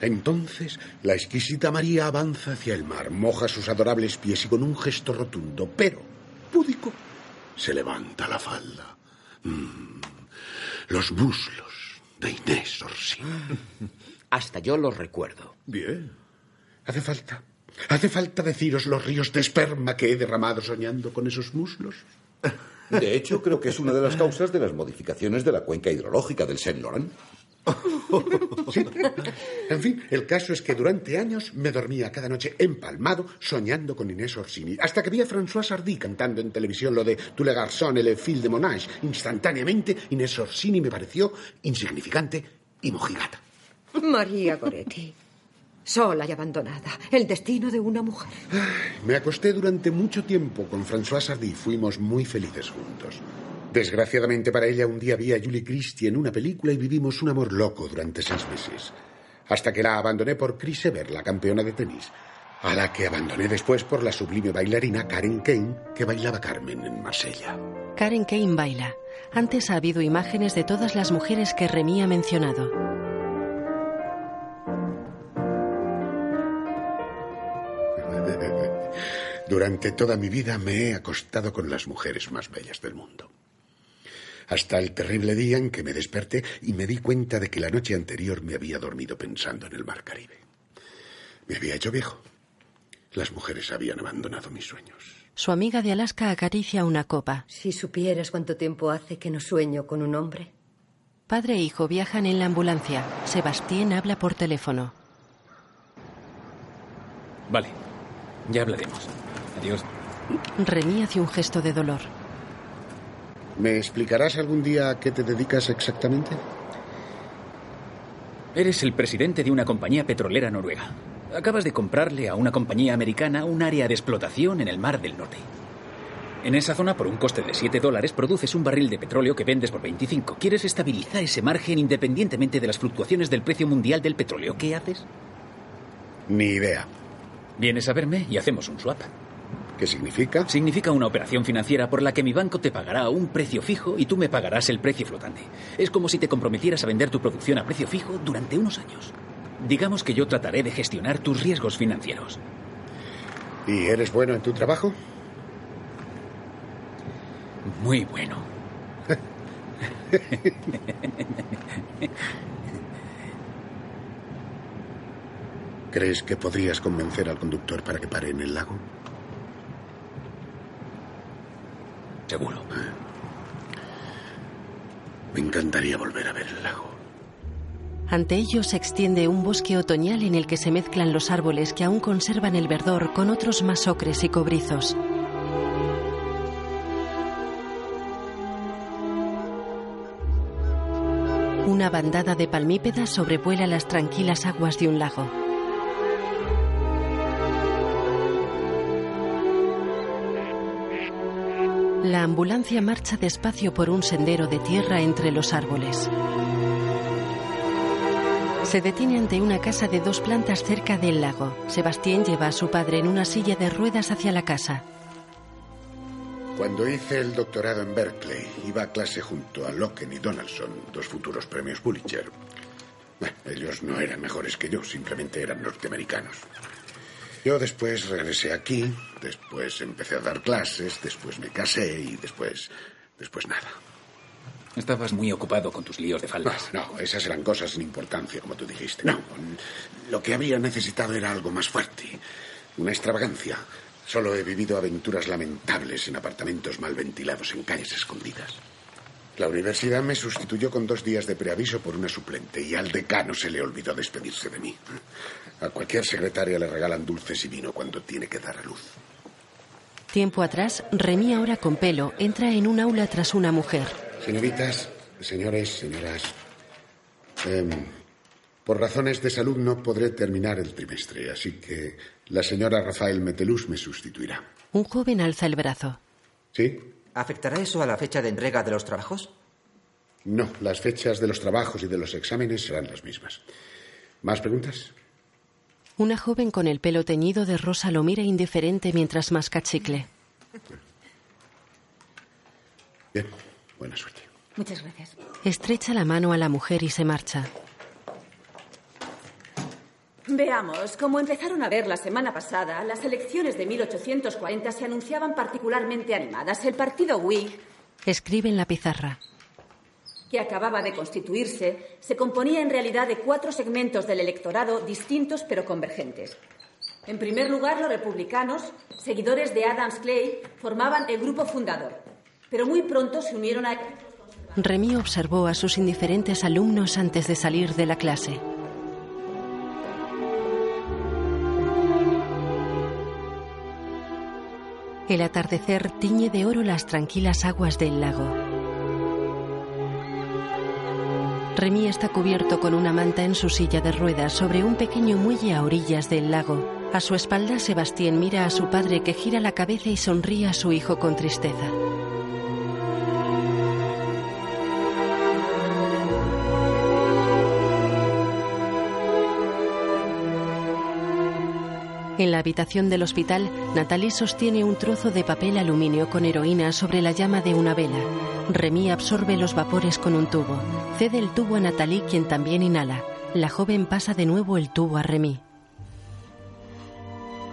Entonces, la exquisita María avanza hacia el mar, moja sus adorables pies y con un gesto rotundo, pero púdico, se levanta la falda. Mm, los muslos de Inés Orsini.
Hasta yo los recuerdo.
Bien. Hace falta. Hace falta deciros los ríos de esperma que he derramado soñando con esos muslos.
De hecho, creo que es una de las causas de las modificaciones de la cuenca hidrológica del Saint-Laurent.
En fin, el caso es que durante años me dormía cada noche empalmado soñando con Inés Orsini. Hasta que vi a François Sardy cantando en televisión lo de Tous les garçons et les filles de mon âge. Instantáneamente, Inés Orsini me pareció insignificante y mojigata.
María Goretti. Sola y abandonada. El destino de una mujer.
Me acosté durante mucho tiempo con François Sardy. Fuimos muy felices juntos. Desgraciadamente para ella, un día vi a Julie Christie en una película y vivimos un amor loco durante seis meses. Hasta que la abandoné por Chris Ever, la campeona de tenis. a la que abandoné después por la sublime bailarina Karen Kane que bailaba Carmen en Marsella.
Karen Kane baila. Antes ha habido imágenes de todas las mujeres que Remy ha mencionado.
Durante toda mi vida me he acostado con las mujeres más bellas del mundo. Hasta el terrible día en que me desperté y me di cuenta de que la noche anterior me había dormido pensando en el mar Caribe. Me había hecho viejo. Las mujeres habían abandonado mis sueños.
Su amiga de Alaska acaricia una copa.
Si supieras cuánto tiempo hace que no sueño con un hombre.
Padre e hijo viajan en la ambulancia. Sebastián habla por teléfono.
Vale, ya hablaremos. Adiós.
Remy hace un gesto de dolor.
¿Me explicarás algún día a qué te dedicas exactamente?
Eres el presidente de una compañía petrolera noruega. Acabas de comprarle a una compañía americana un área de explotación en el Mar del Norte. En esa zona, por un coste de 7 dólares, produces un barril de petróleo que vendes por 25. ¿Quieres estabilizar ese margen independientemente de las fluctuaciones del precio mundial del petróleo? ¿Qué haces?
Ni idea.
Vienes a verme y hacemos un swap.
¿Qué significa?
Significa una operación financiera por la que mi banco te pagará un precio fijo y tú me pagarás el precio flotante. Es como si te comprometieras a vender tu producción a precio fijo durante unos años. Digamos que yo trataré de gestionar tus riesgos financieros.
¿Y eres bueno en tu trabajo?
Muy bueno.
¿Crees que podrías convencer al conductor para que pare en el lago?
Seguro.
Me encantaría volver a ver el lago.
Ante ellos se extiende un bosque otoñal en el que se mezclan los árboles que aún conservan el verdor con otros más ocres y cobrizos. Una bandada de palmípedas sobrevuela las tranquilas aguas de un lago. La ambulancia marcha despacio por un sendero de tierra entre los árboles. Se detiene ante una casa de dos plantas cerca del lago. Sebastián lleva a su padre en una silla de ruedas hacia la casa.
Cuando hice el doctorado en Berkeley, iba a clase junto a Loken y Donaldson, dos futuros premios Pulitzer. Bueno, ellos no eran mejores que yo, simplemente eran norteamericanos. Yo después regresé aquí, después empecé a dar clases, después me casé y después. después nada.
Estabas muy ocupado con tus líos de faldas.
No, no, esas eran cosas sin importancia, como tú dijiste. No, lo que habría necesitado era algo más fuerte, una extravagancia. Solo he vivido aventuras lamentables en apartamentos mal ventilados en calles escondidas. La universidad me sustituyó con dos días de preaviso por una suplente y al decano se le olvidó despedirse de mí. A cualquier secretaria le regalan dulces y vino cuando tiene que dar a luz.
Tiempo atrás, Remy, ahora con pelo, entra en un aula tras una mujer.
Señoritas, señores, señoras. em, por razones de salud no podré terminar el trimestre, así que la señora Rafael Metelus me sustituirá.
Un joven alza el brazo.
¿Sí?
¿Afectará eso a la fecha de entrega de los trabajos?
No, las fechas de los trabajos y de los exámenes serán las mismas. ¿Más preguntas?
Una joven con el pelo teñido de rosa lo mira indiferente mientras masca chicle.
Bien, buena suerte.
Muchas gracias.
Estrecha la mano a la mujer y se marcha.
Veamos, como empezaron a ver la semana pasada, las elecciones de 1840 se anunciaban particularmente animadas. El partido Whig,
Escribe en la pizarra.
que acababa de constituirse, se componía en realidad de cuatro segmentos del electorado distintos pero convergentes. En primer lugar, los republicanos, seguidores de Adams Clay, formaban el grupo fundador, pero muy pronto se unieron a
Remy observó a sus indiferentes alumnos antes de salir de la clase. El atardecer tiñe de oro las tranquilas aguas del lago. Remy está cubierto con una manta en su silla de ruedas sobre un pequeño muelle a orillas del lago. A su espalda, Sebastián mira a su padre que gira la cabeza y sonríe a su hijo con tristeza. En la habitación del hospital, Natalie sostiene un trozo de papel aluminio con heroína sobre la llama de una vela. Remy absorbe los vapores con un tubo. Cede el tubo a Natalie, quien también inhala. La joven pasa de nuevo el tubo a Remy.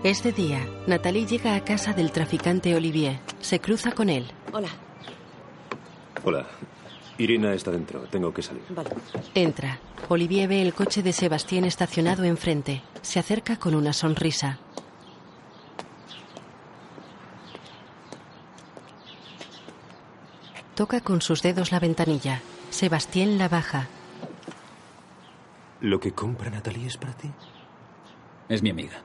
Es de día. Natalie llega a casa del traficante Olivier. Se cruza con él.
Hola. Hola. Irina está dentro. Tengo que salir.
Vale. Entra. Olivier ve el coche de Sebastián estacionado enfrente. Se acerca con una sonrisa. Toca con sus dedos la ventanilla. Sebastián la baja.
¿Lo que compra Natalie es para ti?
Es mi amiga.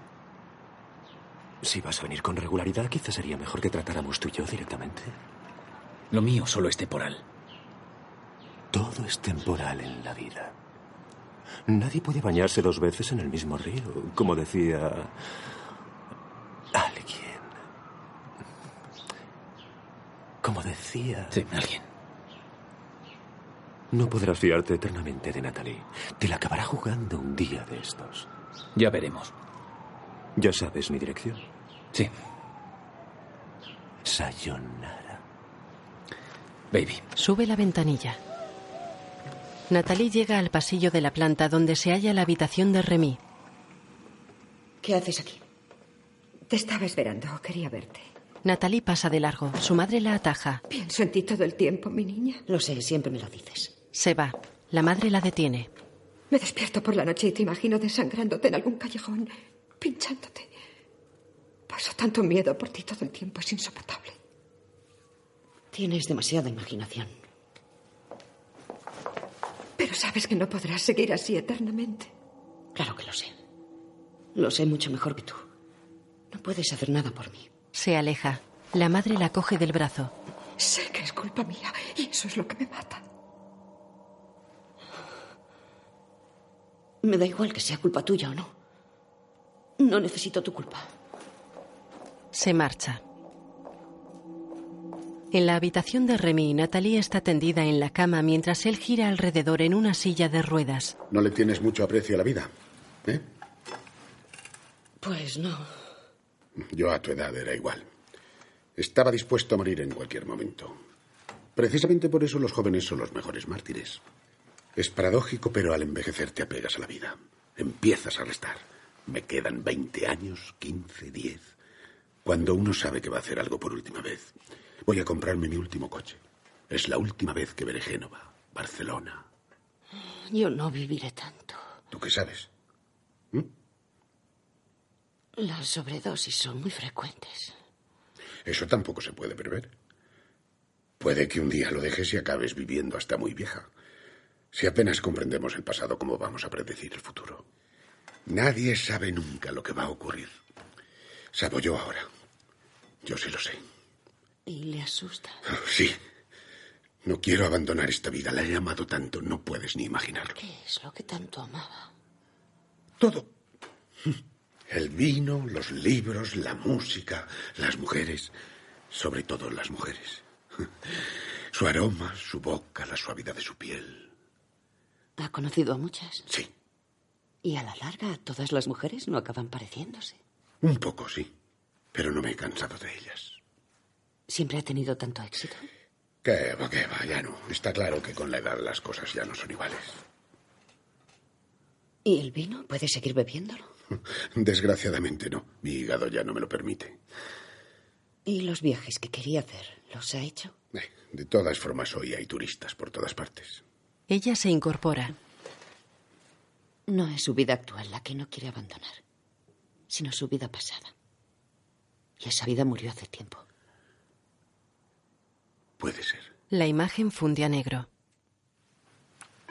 Si vas a venir con regularidad, quizás sería mejor que tratáramos tú y yo directamente.
Lo mío solo es temporal.
Todo es temporal en la vida. Nadie puede bañarse dos veces en el mismo río, como decía alguien. Como decía...
Sí, alguien.
No podrás fiarte eternamente de Natalie. Te la acabará jugando un día de estos.
Ya veremos.
Ya sabes mi dirección.
Sí.
Sayonara.
Baby.
Sube la ventanilla. Natalie llega al pasillo de la planta donde se halla la habitación de Remy.
¿Qué haces aquí? Te estaba esperando. Quería verte.
Natalie pasa de largo. Su madre la ataja.
Pienso en ti todo el tiempo, mi niña.
Lo sé, siempre me lo dices.
Se va. La madre la detiene.
Me despierto por la noche y te imagino desangrándote en algún callejón, pinchándote. Paso tanto miedo por ti todo el tiempo, es insoportable.
Tienes demasiada imaginación.
Pero sabes que no podrás seguir así eternamente.
Claro que lo sé. Lo sé mucho mejor que tú. No puedes hacer nada por mí.
Se aleja. La madre la coge del brazo.
Sé que es culpa mía y eso es lo que me mata.
Me da igual que sea culpa tuya o no. No necesito tu culpa.
Se marcha. En la habitación de Remy, Natalie está tendida en la cama mientras él gira alrededor en una silla de ruedas.
No le tienes mucho aprecio a la vida. ¿eh?
Pues no.
Yo a tu edad era igual. Estaba dispuesto a morir en cualquier momento. Precisamente por eso los jóvenes son los mejores mártires. Es paradójico, pero al envejecer te apegas a la vida. Empiezas a restar. Me quedan 20 años, 15, 10. Cuando uno sabe que va a hacer algo por última vez. Voy a comprarme mi último coche. Es la última vez que veré Génova, Barcelona.
Yo no viviré tanto.
¿Tú qué sabes?
Las sobredosis son muy frecuentes.
Eso tampoco se puede prever. Puede que un día lo dejes y acabes viviendo hasta muy vieja. Si apenas comprendemos el pasado, ¿cómo vamos a predecir el futuro? Nadie sabe nunca lo que va a ocurrir. Sabo yo ahora. Yo sí lo sé.
Y le asusta.
Sí. No quiero abandonar esta vida. La he amado tanto. No puedes ni imaginarlo.
¿Qué es lo que tanto amaba?
Todo. El vino, los libros, la música, las mujeres, sobre todo las mujeres. Su aroma, su boca, la suavidad de su piel.
¿Ha conocido a muchas?
Sí,
Y a la larga, todas las mujeres no acaban pareciéndose.
un poco sí, pero no me he cansado de ellas.
Siempre ha tenido tanto éxito.
Que va, que va, ya no. Está claro que con la edad las cosas ya no son iguales.
¿Y el vino? ¿Puede seguir bebiéndolo?
Desgraciadamente no. Mi hígado ya no me lo permite.
¿Y los viajes que quería hacer? ¿Los ha hecho?
Eh, De todas formas, hoy hay turistas por todas partes.
Ella se incorpora.
No es su vida actual la que no quiere abandonar, sino su vida pasada. Y esa vida murió hace tiempo.
Puede ser.
La imagen funde a negro.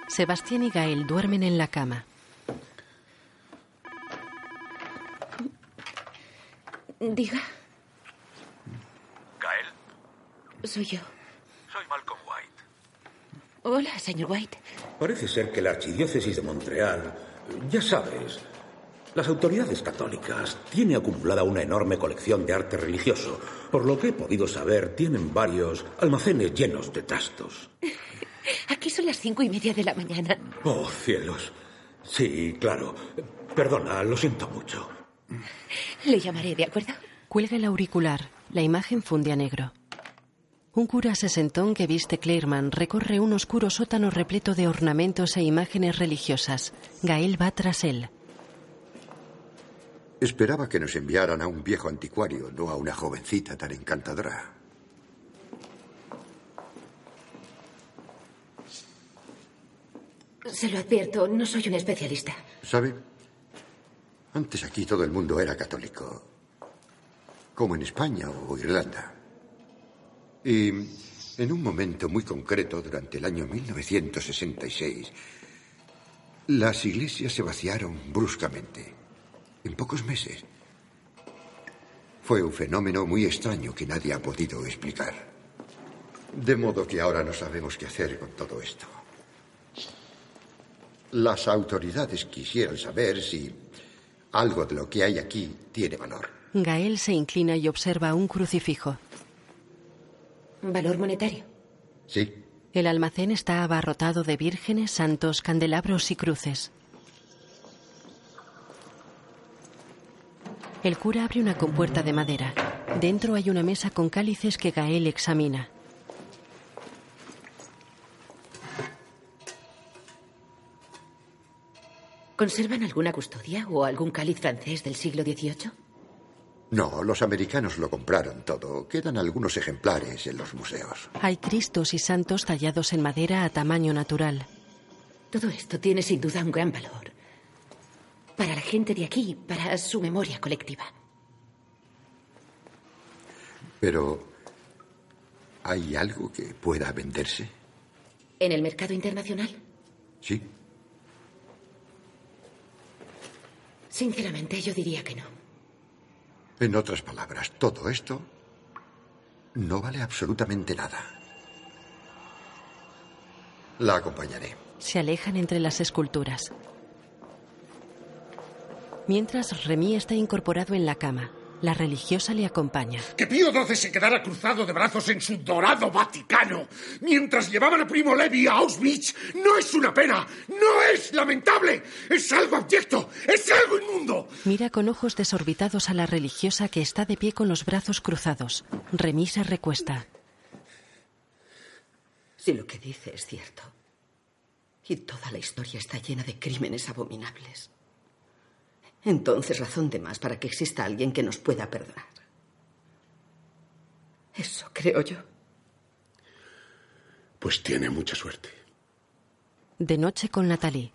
Sebastián y Gael duermen en la cama.
Diga.
Gael,
Soy yo.
soy Malcolm White.
Hola, señor White.
Parece ser que la archidiócesis de Montreal, ya sabes, las autoridades católicas tiene acumulada una enorme colección de arte religioso. Por lo que he podido saber, tienen varios almacenes llenos de trastos.
Aquí son las cinco y media de la mañana.
Oh, cielos. Sí, claro. Perdona, lo siento mucho.
Le llamaré, ¿de acuerdo? Cuelga el auricular. La imagen funde a negro. Un cura sesentón que viste Clearman recorre un oscuro sótano repleto de ornamentos e imágenes religiosas. Gael va tras él.
Esperaba que nos enviaran a un viejo anticuario, no a una jovencita tan encantadora.
Se lo advierto, no soy un especialista.
¿Saben? Antes aquí todo el mundo era católico, como en España o Irlanda. Y en un momento muy concreto, durante el año 1966, las iglesias se vaciaron bruscamente, en pocos meses. Fue un fenómeno muy extraño que nadie ha podido explicar. De modo que ahora no sabemos qué hacer con todo esto. Las autoridades quisieran saber si algo de lo que hay aquí tiene valor.
Gael se inclina y observa un crucifijo.
Valor monetario.
Sí,
El almacén está abarrotado de vírgenes, santos, candelabros y cruces. El cura abre una compuerta de madera. Dentro hay una mesa con cálices que Gael examina.
¿Conservan alguna custodia o algún cáliz francés del siglo XVIII?
No, los americanos lo compraron todo. Quedan algunos ejemplares en los museos.
Hay cristos y santos tallados en madera a tamaño natural.
Todo esto tiene sin duda un gran valor. Para la gente de aquí, para su memoria colectiva.
Pero ¿hay algo que pueda venderse?
¿En el mercado internacional?
Sí.
Sinceramente, yo diría que no.
En otras palabras, todo esto no vale absolutamente nada. La acompañaré.
Se alejan entre las esculturas. Mientras Remy está incorporado en la cama, la religiosa le acompaña.
que Pío XII se quedara cruzado de brazos en su dorado Vaticano mientras llevaban a Primo Levi a Auschwitz no es una pena, no es lamentable, es algo abyecto, es algo inmundo.
Mira con ojos desorbitados a la religiosa que está de pie con los brazos cruzados. Remy se recuesta.
Si lo que dice es cierto. Y toda la historia está llena de crímenes abominables. Entonces, razón de más para que exista alguien que nos pueda perdonar. Eso creo yo.
Pues tiene mucha suerte.
De noche con Natalie.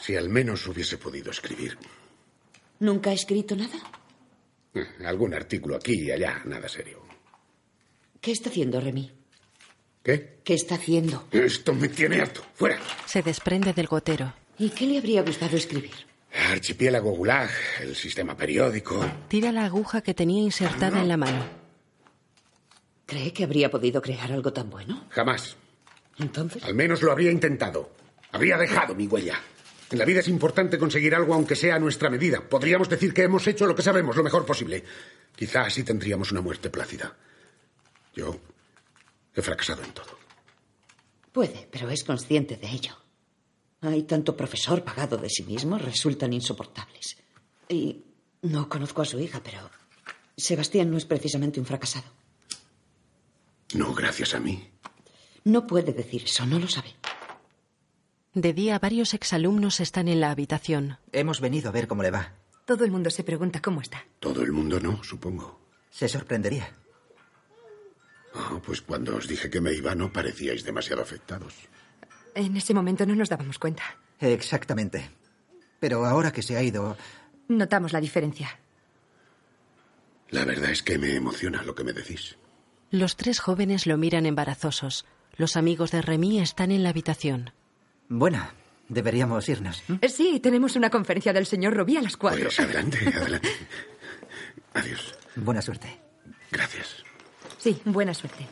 Si al menos hubiese podido escribir.
¿Nunca ha escrito nada?
Eh, Algún artículo aquí y allá, nada serio.
¿Qué está haciendo, Remy?
¿Qué?
¿Qué está haciendo?
Esto me tiene harto. Fuera.
Se desprende del gotero.
¿Y qué le habría gustado escribir?
Archipiélago Gulag, el sistema periódico.
Tira la aguja que tenía insertada en la mano.
¿Cree que habría podido crear algo tan bueno?
Jamás.
Entonces.
Al menos lo habría intentado. Habría dejado mi huella. En la vida es importante conseguir algo aunque sea a nuestra medida. Podríamos decir que hemos hecho lo que sabemos lo mejor posible. Quizás así tendríamos una muerte plácida. Yo he fracasado en todo.
Puede, pero es consciente de ello. Hay tanto profesor pagado de sí mismo, resultan insoportables. Y no conozco a su hija, pero Sebastián no es precisamente un fracasado.
No, gracias a mí.
No puede decir eso, no lo sabe.
De día varios exalumnos están en la habitación.
Hemos venido a ver cómo le va.
Todo el mundo se pregunta cómo está.
Todo el mundo no, supongo.
Se sorprendería.
Ah, pues cuando os dije que me iba no parecíais demasiado afectados.
En ese momento no nos dábamos cuenta.
Exactamente. Pero ahora que se ha ido,
Notamos la diferencia.
La verdad es que me emociona lo que me decís.
Los tres jóvenes lo miran embarazosos. Los amigos de Remy están en la habitación.
Buena, deberíamos irnos.
Eh, Sí, tenemos una conferencia del señor Robí a las cuatro.
Pues adelante, adelante. Adiós.
Buena suerte.
Gracias.
Sí, buena suerte.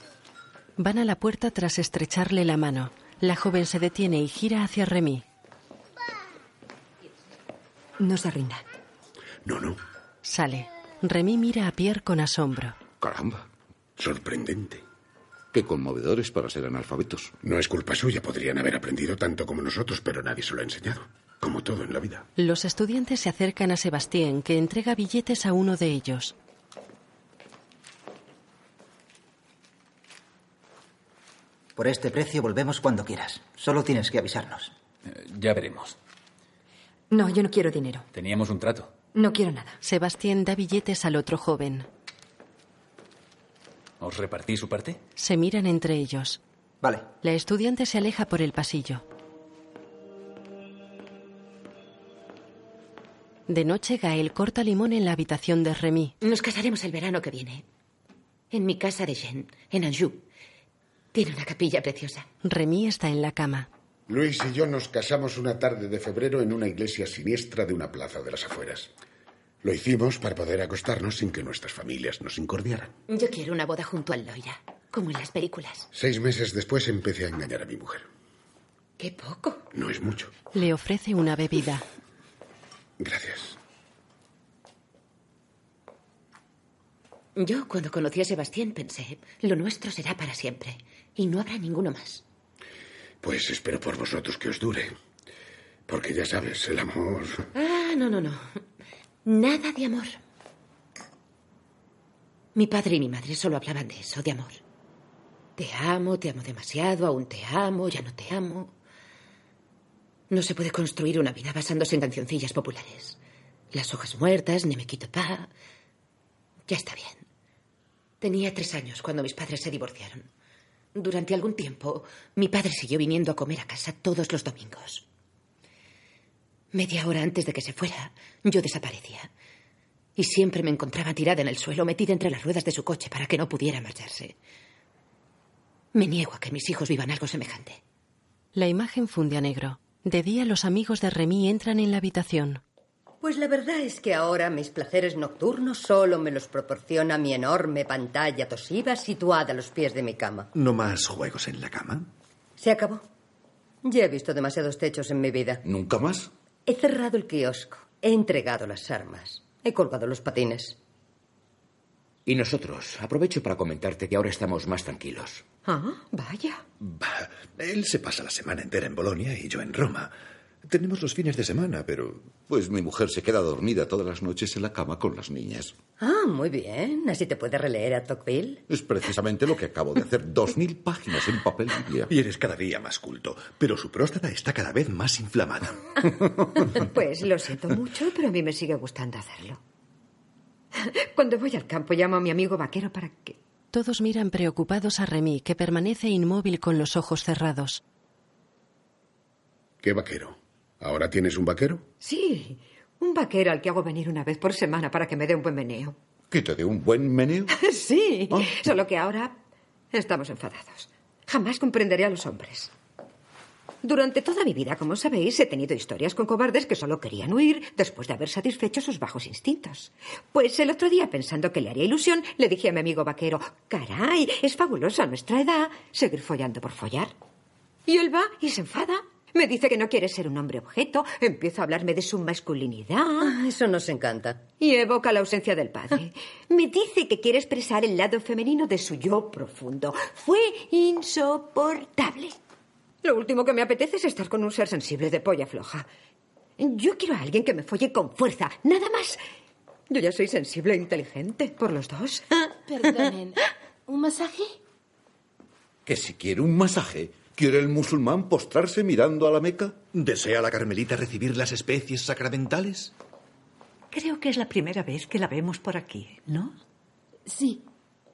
Van a la puerta tras estrecharle la mano. La joven se detiene y gira hacia Remy.
No se rinda.
No, no.
Sale. Remy mira a Pierre con asombro.
Caramba.
Sorprendente.
Qué conmovedores para ser analfabetos.
No es culpa suya, podrían haber aprendido tanto como nosotros, pero nadie se lo ha enseñado. Como todo en la vida.
Los estudiantes se acercan a Sebastián, que entrega billetes a uno de ellos.
Por este precio volvemos cuando quieras. Solo tienes que avisarnos.
Eh, Ya veremos.
No, yo no quiero dinero.
Teníamos un trato.
No quiero nada.
Sebastián da billetes al otro joven.
¿Os repartí su parte?
Se miran entre ellos.
Vale.
La estudiante se aleja por el pasillo. De noche, Gael corta limón en la habitación de Remy.
Nos casaremos el verano que viene. En mi casa de Jen, en Anjou. Tiene una capilla preciosa.
Remy está en la cama.
Luis y yo nos casamos una tarde de febrero en una iglesia siniestra de una plaza de las afueras. Lo hicimos para poder acostarnos sin que nuestras familias nos incordiaran.
Yo quiero una boda junto al Loira, como en las películas.
Seis meses después empecé a engañar a mi mujer.
Qué poco.
No es mucho.
Le ofrece una bebida.
Gracias.
Yo, cuando conocí a Sebastián, pensé, lo nuestro será para siempre y no habrá ninguno más.
Pues espero por vosotros que os dure. Porque ya sabes, el amor.
Ah, no, no, no. Nada de amor. Mi padre y mi madre solo hablaban de eso, de amor. Te amo, te amo demasiado, aún te amo, ya no te amo. No se puede construir una vida basándose en cancioncillas populares. Las hojas muertas, ni me quito pa. Ya está bien. Tenía tres años cuando mis padres se divorciaron. Durante algún tiempo, mi padre siguió viniendo a comer a casa todos los domingos. Media hora antes de que se fuera, yo desaparecía. Y siempre me encontraba tirada en el suelo, metida entre las ruedas de su coche para que no pudiera marcharse. Me niego a que mis hijos vivan algo semejante.
La imagen funde a negro. De día, los amigos de Remy entran en la habitación.
Pues la verdad es que ahora mis placeres nocturnos solo me los proporciona mi enorme pantalla Toshiba situada a los pies de mi cama.
¿No más juegos en la cama?
Se acabó. Ya he visto demasiados techos en mi vida.
¿Nunca más?
He cerrado el kiosco, he entregado las armas, he colgado los patines.
Y nosotros, aprovecho para comentarte que ahora estamos más tranquilos.
Ah, vaya.
Bah, él se pasa la semana entera en Bolonia y yo en Roma. Tenemos los fines de semana, pero...
Pues mi mujer se queda dormida todas las noches en la cama con las niñas.
Ah, muy bien. Así te puedes releer a Tocqueville.
Es precisamente lo que acabo de hacer. Dos mil páginas en papel biblia.
Y eres cada día más culto, pero su próstata está cada vez más inflamada.
Pues lo siento mucho, pero a mí me sigue gustando hacerlo. Cuando voy al campo llamo a mi amigo vaquero para que...
Todos miran preocupados a Remy, que permanece inmóvil con los ojos cerrados.
¿Qué vaquero? ¿Ahora tienes un vaquero?
Sí, un vaquero al que hago venir una vez por semana para que me dé un buen meneo.
¿Que te dé un buen meneo?
Sí, solo que ahora estamos enfadados. Jamás comprenderé a los hombres. Durante toda mi vida, como sabéis, he tenido historias con cobardes que solo querían huir después de haber satisfecho sus bajos instintos. Pues el otro día, pensando que le haría ilusión, le dije a mi amigo vaquero, caray, es fabuloso a nuestra edad seguir follando por follar. Y él va y se enfada. Me dice que no quiere ser un hombre objeto, empieza a hablarme de su masculinidad.
Ah, eso nos encanta.
Y evoca la ausencia del padre. Me dice que quiere expresar el lado femenino de su yo profundo. Fue insoportable. Lo último que me apetece es estar con un ser sensible de polla floja. Yo quiero a alguien que me folle con fuerza, nada más. Yo ya soy sensible e inteligente, por los dos.
Ah, Perdonen, ¿un masaje?
¿Que si quiere un masaje? ¿Quiere el musulmán postrarse mirando a la Meca?
¿Desea la carmelita recibir las especies sacramentales?
Creo que es la primera vez que la vemos por aquí, ¿no?
Sí.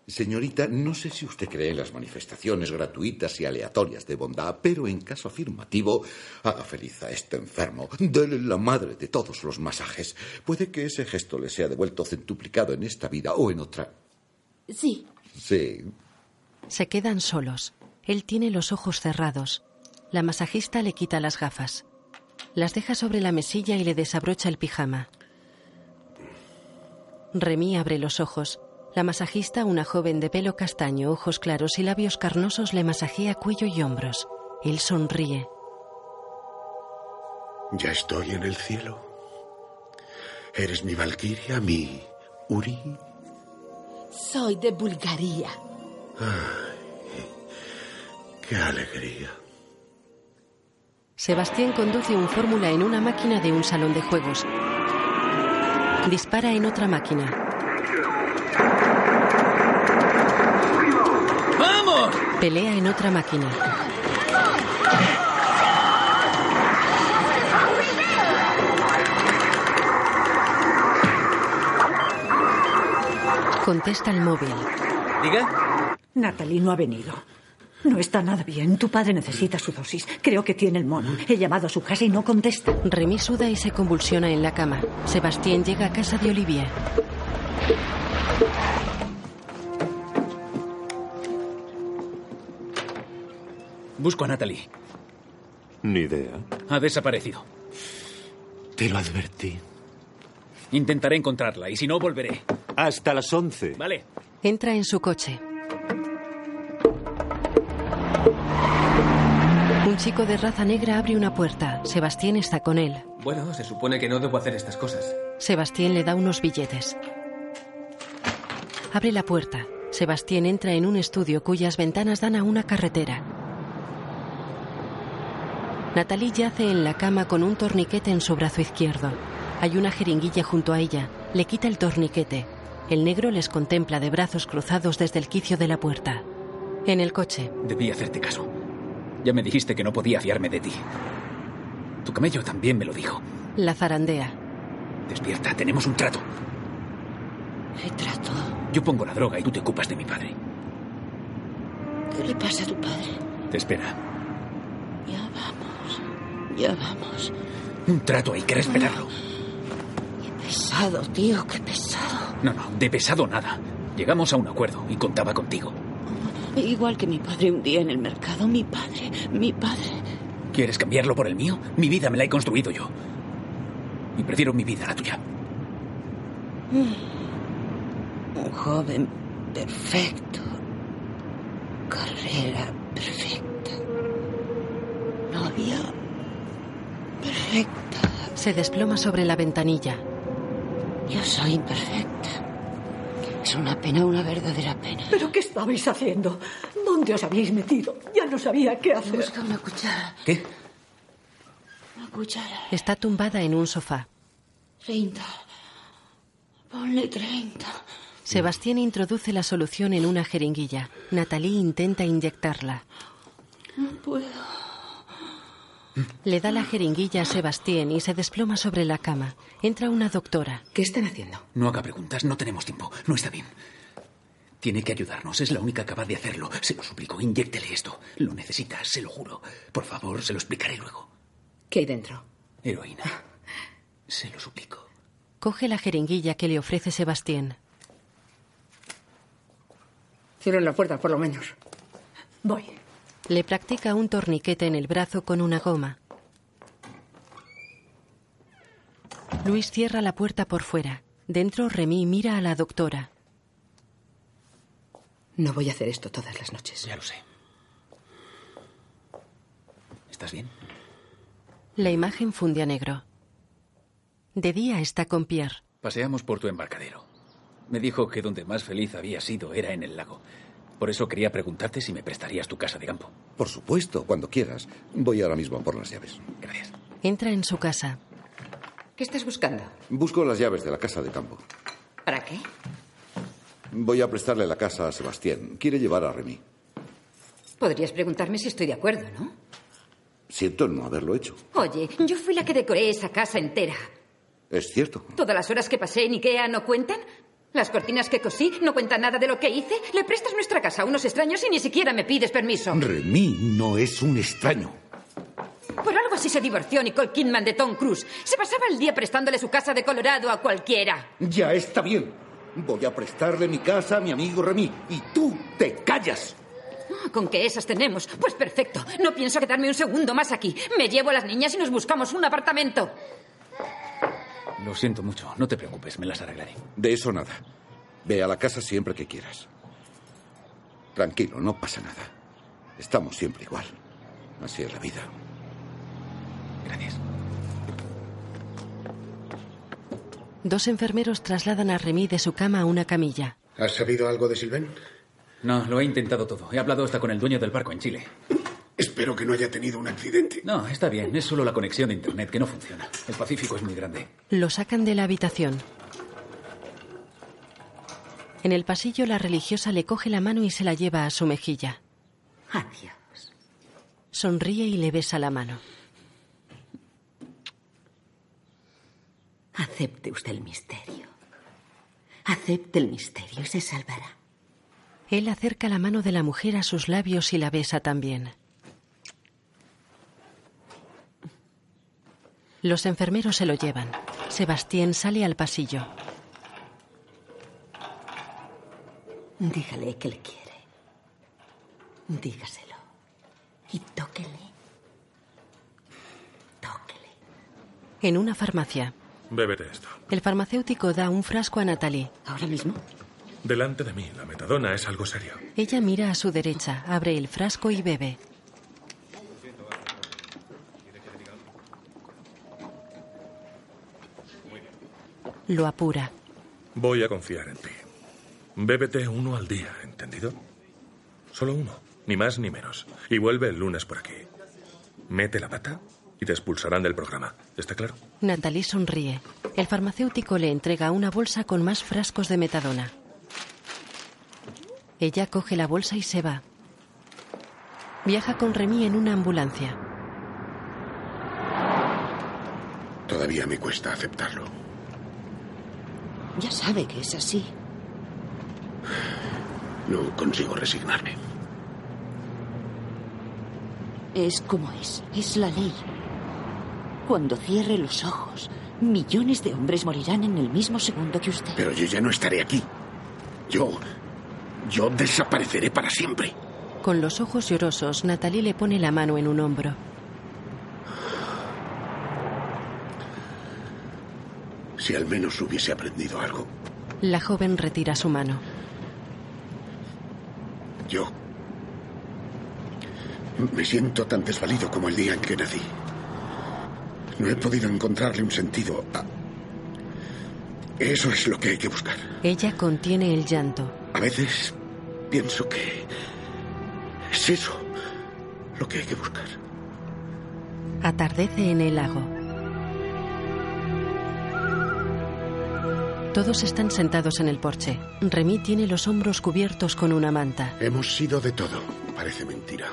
Señorita, no sé si usted cree en las manifestaciones gratuitas y aleatorias de bondad, pero en caso afirmativo, haga feliz a este enfermo. Dele la madre de todos los masajes. Puede que ese gesto le sea devuelto centuplicado en esta vida o en otra.
Sí.
Sí.
Se quedan solos. Él tiene los ojos cerrados. La masajista le quita las gafas. Las deja sobre la mesilla y le desabrocha el pijama. Remy abre los ojos. La masajista, una joven de pelo castaño, ojos claros y labios carnosos, le masajea cuello y hombros. Él sonríe.
Ya estoy en el cielo. Eres mi valquiria, mi Uri.
Soy de Bulgaria.
Ay, qué alegría.
Sebastián conduce un fórmula en una máquina de un salón de juegos. Dispara en otra máquina.
¡Vamos!
Pelea en otra máquina. Contesta el móvil.
¿Diga?
Natalie no ha venido. No está nada bien. Tu padre necesita su dosis. Creo que tiene el mono. He llamado a su casa y no contesta.
Remy suda y se convulsiona en la cama. Sebastián llega a casa de Olivia.
Busco a Natalie.
Ni idea.
Ha desaparecido.
Te lo advertí.
Intentaré encontrarla y si no, volveré.
Hasta las 11.
Vale.
Entra en su coche. Un chico de raza negra abre una puerta. Sebastián está con él.
Bueno, se supone que no debo hacer estas cosas.
Sebastián le da unos billetes. Abre la puerta. Sebastián entra en un estudio cuyas ventanas dan a una carretera. Natalie yace en la cama con un torniquete en su brazo izquierdo. Hay una jeringuilla junto a ella. Le quita el torniquete. El negro les contempla de brazos cruzados desde el quicio de la puerta. En el coche,
Debí hacerte caso. Ya me dijiste que no podía fiarme de ti. Tu camello también me lo dijo.
la zarandea.
Despierta, tenemos un trato.
¿Qué trato?
Yo pongo la droga y tú te ocupas de mi padre.
¿Qué le pasa a tu padre?
Te espera.
Ya vamos. Ya vamos.
Un trato hay que respetarlo.
Pesado, tío, qué pesado.
No, no, de pesado nada. Llegamos a un acuerdo y contaba contigo.
Igual que mi padre un día en el mercado. Mi padre, mi padre.
¿Quieres cambiarlo por el mío? Mi vida me la he construido yo. Y prefiero mi vida a la tuya.
Mm. Un joven perfecto. Carrera perfecta. Novia perfecta.
Se desploma sobre la ventanilla.
Yo soy imperfecta. Es una pena, una verdadera pena.
¿Pero qué estabais haciendo? ¿Dónde os habéis metido? Ya no sabía qué hacer.
Busca una cuchara.
¿Qué?
Una cuchara.
Está tumbada en un sofá.
Treinta. Ponle treinta.
Sebastián introduce la solución en una jeringuilla. Natalie intenta inyectarla.
No puedo.
Le da la jeringuilla a Sebastián y se desploma sobre la cama. Entra una doctora.
¿Qué están haciendo?
No haga preguntas, no tenemos tiempo. No está bien. Tiene que ayudarnos, es la única capaz de hacerlo. Se lo suplico, inyéctele esto. Lo necesitas, se lo juro. Por favor, se lo explicaré luego.
¿Qué hay dentro?
Heroína. Se lo suplico.
Coge la jeringuilla que le ofrece Sebastián.
Cierren la puerta, por lo menos.
Voy. Le practica un torniquete en el brazo con una goma. Luis cierra la puerta por fuera. Dentro, Remy mira a la doctora.
No voy a hacer esto todas las noches.
Ya lo sé. ¿Estás bien?
La imagen funde a negro. De día está con Pierre.
Paseamos por tu embarcadero. Me dijo que donde más feliz había sido era en el lago. Por eso quería preguntarte si me prestarías tu casa de campo.
Por supuesto, cuando quieras. Voy ahora mismo por las llaves.
Entra en su casa.
¿Qué estás buscando?
Busco las llaves de la casa de campo.
¿Para qué?
Voy a prestarle la casa a Sebastián. Quiere llevar a Remy.
Podrías preguntarme si estoy de acuerdo, ¿no?
Siento no haberlo hecho.
Oye, yo fui la que decoré esa casa entera.
Es cierto.
¿Todas las horas que pasé en Ikea no cuentan? ¿Las cortinas que cosí no cuentan nada de lo que hice? ¿Le prestas nuestra casa a unos extraños y ni siquiera me pides permiso?
Remy no es un extraño.
Por algo así se divorció Nicole Kidman de Tom Cruise. Se pasaba el día prestándole su casa de Colorado a cualquiera.
Ya está bien. Voy a prestarle mi casa a mi amigo Remy. Y tú te callas.
Ah, ¿Con qué esas tenemos? Pues perfecto. No pienso quedarme un segundo más aquí. Me llevo a las niñas y nos buscamos un apartamento.
Lo siento mucho, no te preocupes, me las arreglaré.
De eso nada. Ve a la casa siempre que quieras. Tranquilo, no pasa nada. Estamos siempre igual. Así es la vida.
Gracias.
Dos enfermeros trasladan a Remy de su cama a una camilla.
¿Has sabido algo de Silven?
No, lo he intentado todo. He hablado hasta con el dueño del barco en Chile.
Espero que no haya tenido un accidente.
No, está bien. Es solo la conexión de Internet que no funciona. El Pacífico es muy grande.
Lo sacan de la habitación. En el pasillo la religiosa le coge la mano y se la lleva a su mejilla.
Adiós.
Sonríe y le besa la mano.
Acepte usted el misterio. Acepte el misterio y se salvará.
Él acerca la mano de la mujer a sus labios y la besa también. Los enfermeros se lo llevan. Sebastián sale al pasillo.
Dígale que le quiere. Dígaselo. Y tóquele.
En una farmacia,
Bébete esto.
el farmacéutico da un frasco a Natalie.
¿Ahora mismo?
Delante de mí, la metadona es algo serio.
Ella mira a su derecha, abre el frasco y bebe. Lo apura.
Voy a confiar en ti. Bébete uno al día, ¿entendido? Solo uno, ni más ni menos. Y vuelve el lunes por aquí. Mete la pata y te expulsarán del programa. ¿Está claro?
Natalie sonríe. El farmacéutico le entrega una bolsa con más frascos de metadona. Ella coge la bolsa y se va. Viaja con Remy en una ambulancia.
Todavía me cuesta aceptarlo.
Ya sabe que es así.
No consigo resignarme.
Es como es. Es la ley. Cuando cierre los ojos, millones de hombres morirán en el mismo segundo que usted.
Pero yo ya no estaré aquí. Yo. Yo desapareceré para siempre.
Con los ojos llorosos, Natalie le pone la mano en un hombro.
Si al menos hubiese aprendido algo.
La joven retira su mano.
Yo me siento tan desvalido como el día en que nací. No he podido encontrarle un sentido. a- Eso es lo que hay que buscar.
Ella contiene el llanto.
A veces pienso que es eso lo que hay que buscar.
Atardece en el lago. Todos están sentados en el porche. Remy tiene los hombros cubiertos con una manta.
Hemos sido de todo, parece mentira.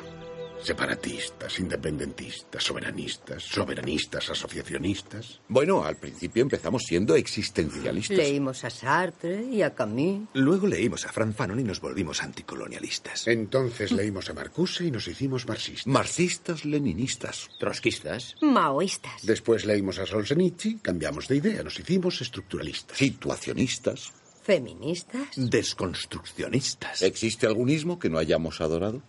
Separatistas, independentistas, soberanistas, soberanistas, asociacionistas.
Bueno, al principio empezamos siendo existencialistas.
Leímos a Sartre y a Camus.
Luego leímos a Franz Fanon y nos volvimos anticolonialistas.
Entonces leímos a Marcuse y nos hicimos marxistas.
Marxistas, leninistas.
Trotskistas.
Maoísta.
Después leímos a Solzhenitsyn, cambiamos de idea, nos hicimos estructuralistas.
Situacionistas.
Feministas.
Desconstruccionistas. ¿Existe algún ismo que no hayamos adorado?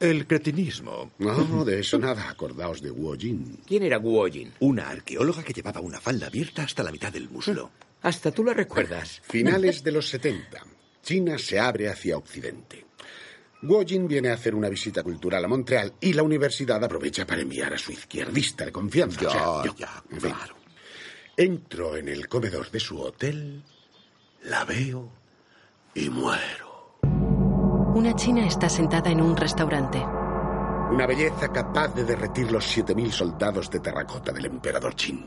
El cretinismo.
No, de eso nada. Acordaos de Wu Jin.
¿Quién era Guo Jin? Una arqueóloga que llevaba una falda abierta hasta la mitad del muslo. Hasta tú la recuerdas.
Finales de los 70. China se abre hacia Occidente. Guojin viene a hacer una visita cultural a Montreal y la universidad aprovecha para enviar a su izquierdista de confianza. o sea, yo. En fin. Entro en el comedor de su hotel, la veo y muero.
Una china está sentada en un restaurante.
Una belleza capaz de derretir los 7.000 soldados de terracota del emperador Qin.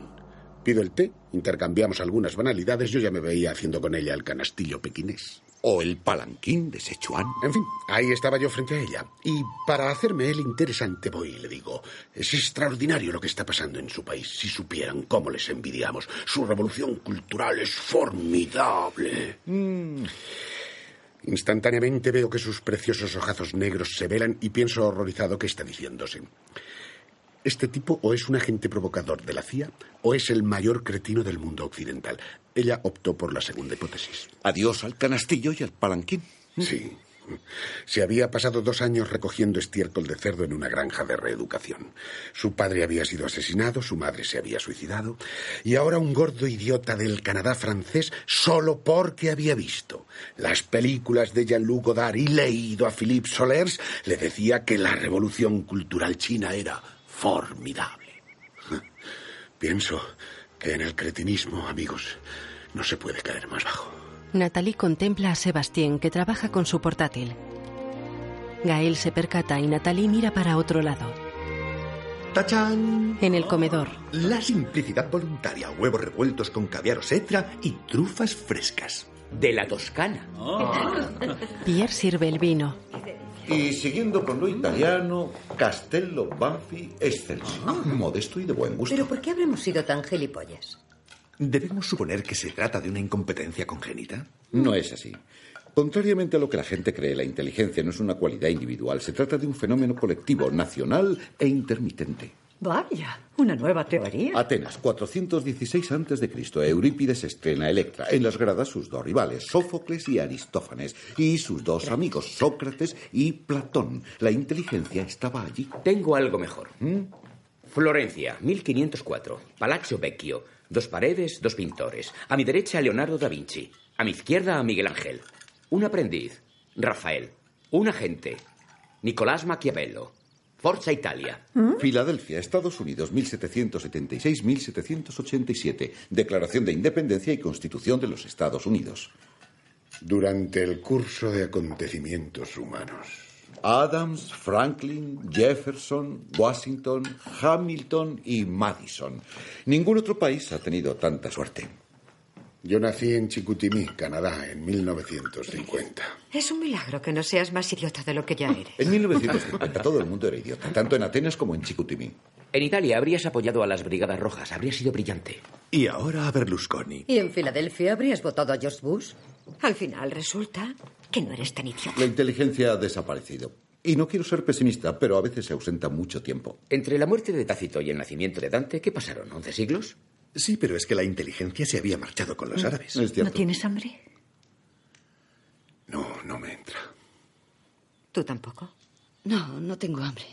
Pido el té, intercambiamos algunas banalidades, yo ya me veía haciendo con ella el canastillo pequinés.
O el palanquín de Sichuan.
En fin, ahí estaba yo frente a ella. Y para hacerme el interesante voy y le digo, es extraordinario lo que está pasando en su país, si supieran cómo les envidiamos. Su revolución cultural es formidable.
Mm.
Instantáneamente veo que sus preciosos ojazos negros se velan y pienso horrorizado que está diciéndose. Este tipo o es un agente provocador de la CIA o es el mayor cretino del mundo occidental. Ella optó por la segunda hipótesis.
Adiós al canastillo y al palanquín.
Sí. Se había pasado dos años recogiendo estiércol de cerdo en una granja de reeducación. Su padre había sido asesinado, su madre se había suicidado, y ahora un gordo idiota del Canadá francés solo porque había visto las películas de Jean-Luc Godard y leído a Philippe Solers le decía que la revolución cultural china era formidable. Pienso que en el cretinismo, amigos, no se puede caer más bajo.
Natalie contempla a Sebastián que trabaja con su portátil. Gael se percata y Natalie mira para otro lado. En el comedor,
La simplicidad voluntaria, huevos revueltos con caviar o setra y trufas frescas. De la Toscana.
Ah.
Pierre sirve el vino.
Y siguiendo con lo italiano, Castello Banfi Excelsior. Modesto y de buen gusto.
¿Pero por qué habremos sido tan gilipollas?
¿Debemos suponer que se trata de una incompetencia congénita?
No es así. Contrariamente a lo que la gente cree, la inteligencia no es una cualidad individual, se trata de un fenómeno colectivo, nacional e intermitente.
Vaya, una nueva teoría.
Atenas, 416 a.C. Eurípides estrena Electra. En las gradas sus dos rivales, Sófocles y Aristófanes. Y sus dos amigos, Sócrates y Platón. La inteligencia estaba allí.
Tengo algo mejor.
¿Mm?
Florencia, 1504. Palacio Vecchio. Dos paredes, dos pintores. A mi derecha, Leonardo da Vinci. A mi izquierda, Miguel Ángel. Un aprendiz, Rafael. Un agente, Nicolás Maquiavelo. Forza Italia.
¿Mm?
Filadelfia, Estados Unidos, 1776-1787. Declaración de Independencia y Constitución de los Estados Unidos.
Durante el curso de acontecimientos humanos.
Adams, Franklin, Jefferson, Washington, Hamilton y Madison. Ningún otro país ha tenido tanta suerte.
Yo nací en Chicutimí, Canadá, en 1950.
Es un milagro que no seas más idiota de lo que ya eres.
En 1950 todo el mundo era idiota, tanto en Atenas como en Chicutimí.
En Italia habrías apoyado a las Brigadas Rojas. Habría sido brillante.
Y ahora a Berlusconi.
¿Y en Filadelfia habrías votado a George Bush?
Al final resulta que no eres tan idiota.
La inteligencia ha desaparecido. Y no quiero ser pesimista, pero a veces se ausenta mucho tiempo.
Entre la muerte de Tácito y el nacimiento de Dante, ¿qué pasaron? ¿11 siglos?
Sí, pero es que la inteligencia se había marchado con los árabes.
¿No tienes hambre?
No, no me entra.
¿Tú tampoco?
No, no tengo hambre.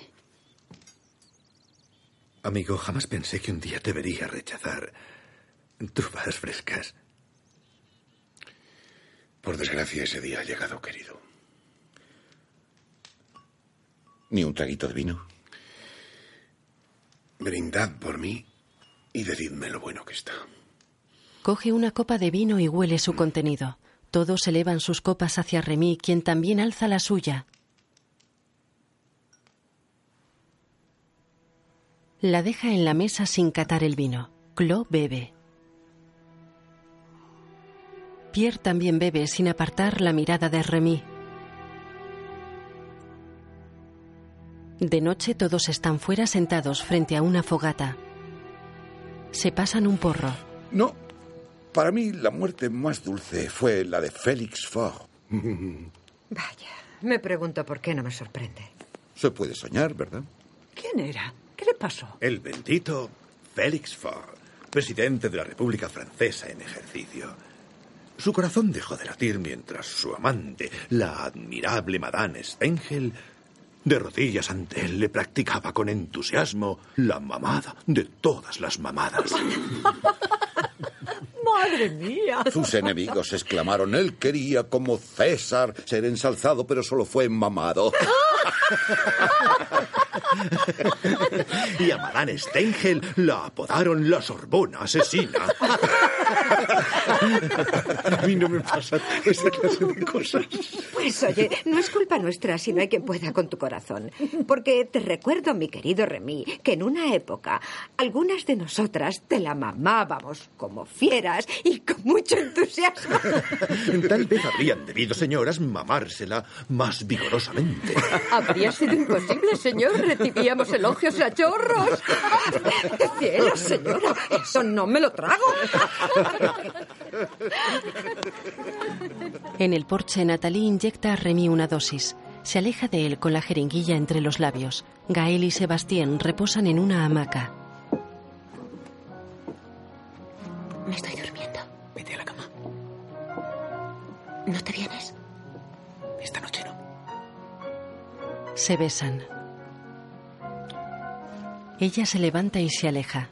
Amigo, jamás pensé que un día te vería rechazar trufas frescas. Por desgracia, ese día ha llegado, querido.
¿Ni un traguito de vino?
Brindad por mí y decidme lo bueno que está.
Coge una copa de vino y huele su contenido. Todos elevan sus copas hacia Remy, quien también alza la suya. La deja en la mesa sin catar el vino. Clo bebe. Pierre también bebe sin apartar la mirada de Remy. De noche todos están fuera sentados frente a una fogata. Se pasan un porro.
No, para mí la muerte más dulce fue la de Félix Fogg.
Vaya, me pregunto por qué no me sorprende.
Se puede soñar, ¿verdad?
¿Quién era? ¿Qué le pasó?
El bendito Félix Faure, presidente de la República Francesa en ejercicio. Su corazón dejó de latir mientras su amante, la admirable Madame Stengel, de rodillas ante él le practicaba con entusiasmo la mamada de todas las mamadas.
¡Madre mía!
Sus enemigos exclamaron, él quería como César ser ensalzado, pero solo fue mamado.
Y a Madame Stengel la apodaron la Sorbona asesina. A mí no me pasa esta clase de cosas.
Pues oye, no es culpa nuestra si no hay quien pueda con tu corazón. Porque te recuerdo, mi querido Remy, que en una época algunas de nosotras te la mamábamos como fieras y con mucho entusiasmo.
Tal vez habrían debido, señoras, mamársela más vigorosamente.
Habría sido imposible, señor. Recibíamos elogios a chorros. ¡Cielos, señora! Eso no me lo trago.
En el porche, Natalie inyecta a Remy una dosis. Se aleja de él con la jeringuilla entre los labios. Gael y Sebastián reposan en una hamaca.
Me estoy durmiendo.
Vete a la cama.
¿No te vienes?
Esta noche no.
Se besan. Ella se levanta y se aleja.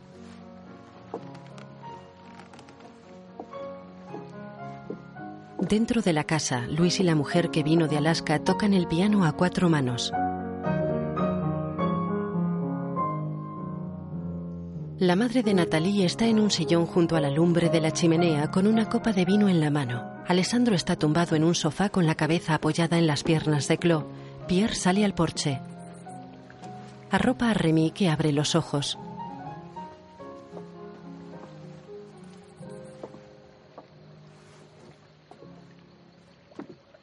Dentro de la casa, Luis y la mujer que vino de Alaska tocan el piano a cuatro manos. La madre de Natalie está en un sillón junto a la lumbre de la chimenea con una copa de vino en la mano. Alessandro está tumbado en un sofá con la cabeza apoyada en las piernas de Clo. Pierre sale al porche. Arropa a Remy que abre los ojos.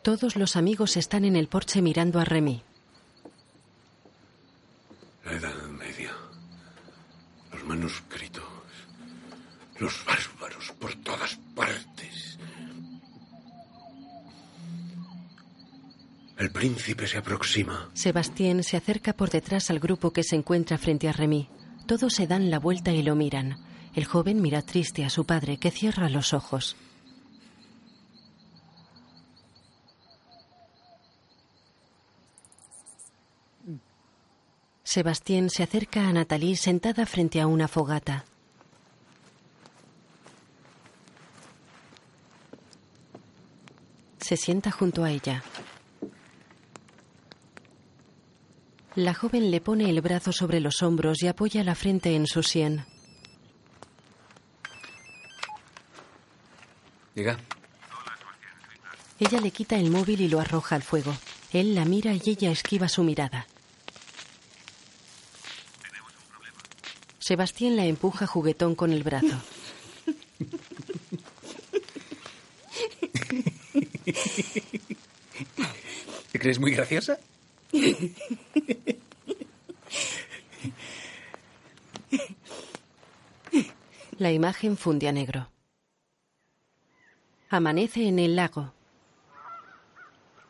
Todos los amigos están en el porche mirando a Remy.
La Edad Media. Los manuscritos. Los bárbaros por todas partes. El príncipe se aproxima.
Sebastien se acerca por detrás al grupo que se encuentra frente a Remy. Todos se dan la vuelta y lo miran. El joven mira triste a su padre, que cierra los ojos. Sebastien se acerca a Natalie sentada frente a una fogata. Se sienta junto a ella. La joven le pone el brazo sobre los hombros y apoya la frente en su sien.
Diga.
Ella le quita el móvil y lo arroja al fuego. Él la mira y ella esquiva su mirada. Sebastián la empuja juguetón con el brazo.
¿Te crees muy graciosa?
La imagen funde a negro. Amanece en el lago.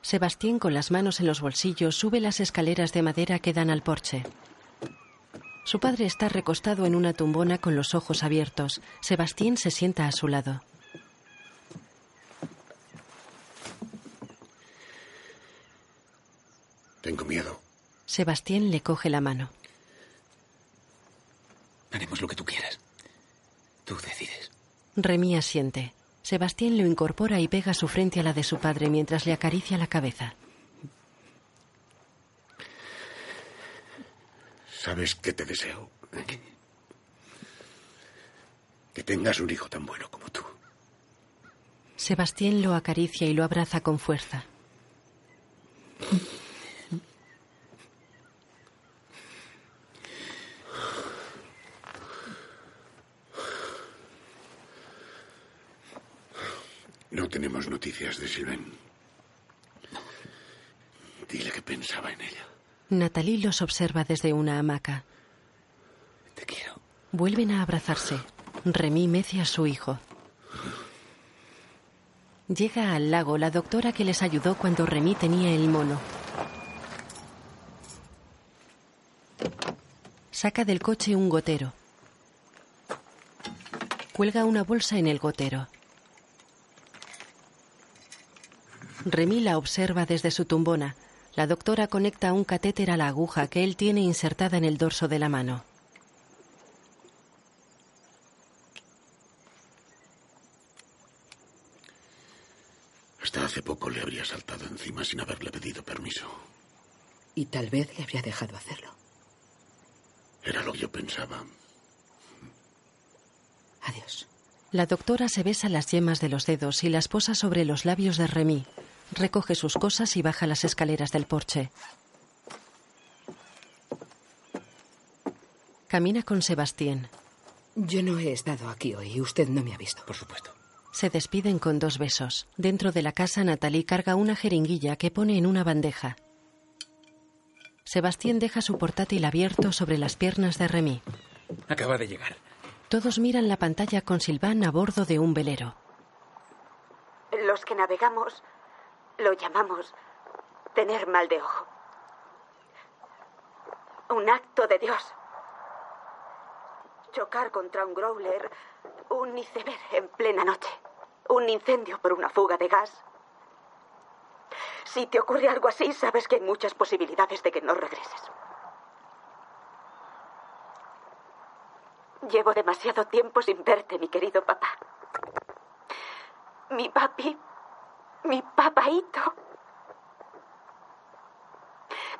Sebastián, con las manos en los bolsillos, sube las escaleras de madera que dan al porche. Su padre está recostado en una tumbona con los ojos abiertos. Sebastián se sienta a su lado.
Tengo miedo.
Sebastián le coge la mano.
Haremos lo que tú quieras. Tú decides.
Remy asiente. Sebastián lo incorpora y pega su frente a la de su padre mientras le acaricia la cabeza.
¿Sabes qué te deseo? Que tengas un hijo tan bueno como tú.
Sebastián lo acaricia y lo abraza con fuerza.
No tenemos noticias de Sylvain. Dile que pensaba en ella.
Natalie los observa desde una hamaca.
Te quiero.
Vuelven a abrazarse. Remy mece a su hijo. Llega al lago la doctora que les ayudó cuando Remy tenía el mono. Saca del coche un gotero. Cuelga una bolsa en el gotero. Remy la observa desde su tumbona. La doctora conecta un catéter a la aguja que él tiene insertada en el dorso de la mano.
Hasta hace poco le habría saltado encima sin haberle pedido permiso.
Y tal vez le habría dejado hacerlo.
Era lo que yo pensaba.
Adiós.
La doctora se besa las yemas de los dedos y las posa sobre los labios de Remy. Recoge sus cosas y baja las escaleras del porche. Camina con Sebastián.
Yo no he estado aquí hoy. Usted no me ha visto.
Por supuesto.
Se despiden con dos besos. Dentro de la casa, Natalie carga una jeringuilla que pone en una bandeja. Sebastián deja su portátil abierto sobre las piernas de Remy.
Acaba de llegar.
Todos miran la pantalla con Silván a bordo de un velero.
Los que navegamos lo llamamos tener mal de ojo. Un acto de Dios. Chocar contra un growler, un iceberg en plena noche, un incendio por una fuga de gas. Si te ocurre algo así, sabes que hay muchas posibilidades de que no regreses. Llevo demasiado tiempo sin verte, mi querido papá. Mi papi mi papaito.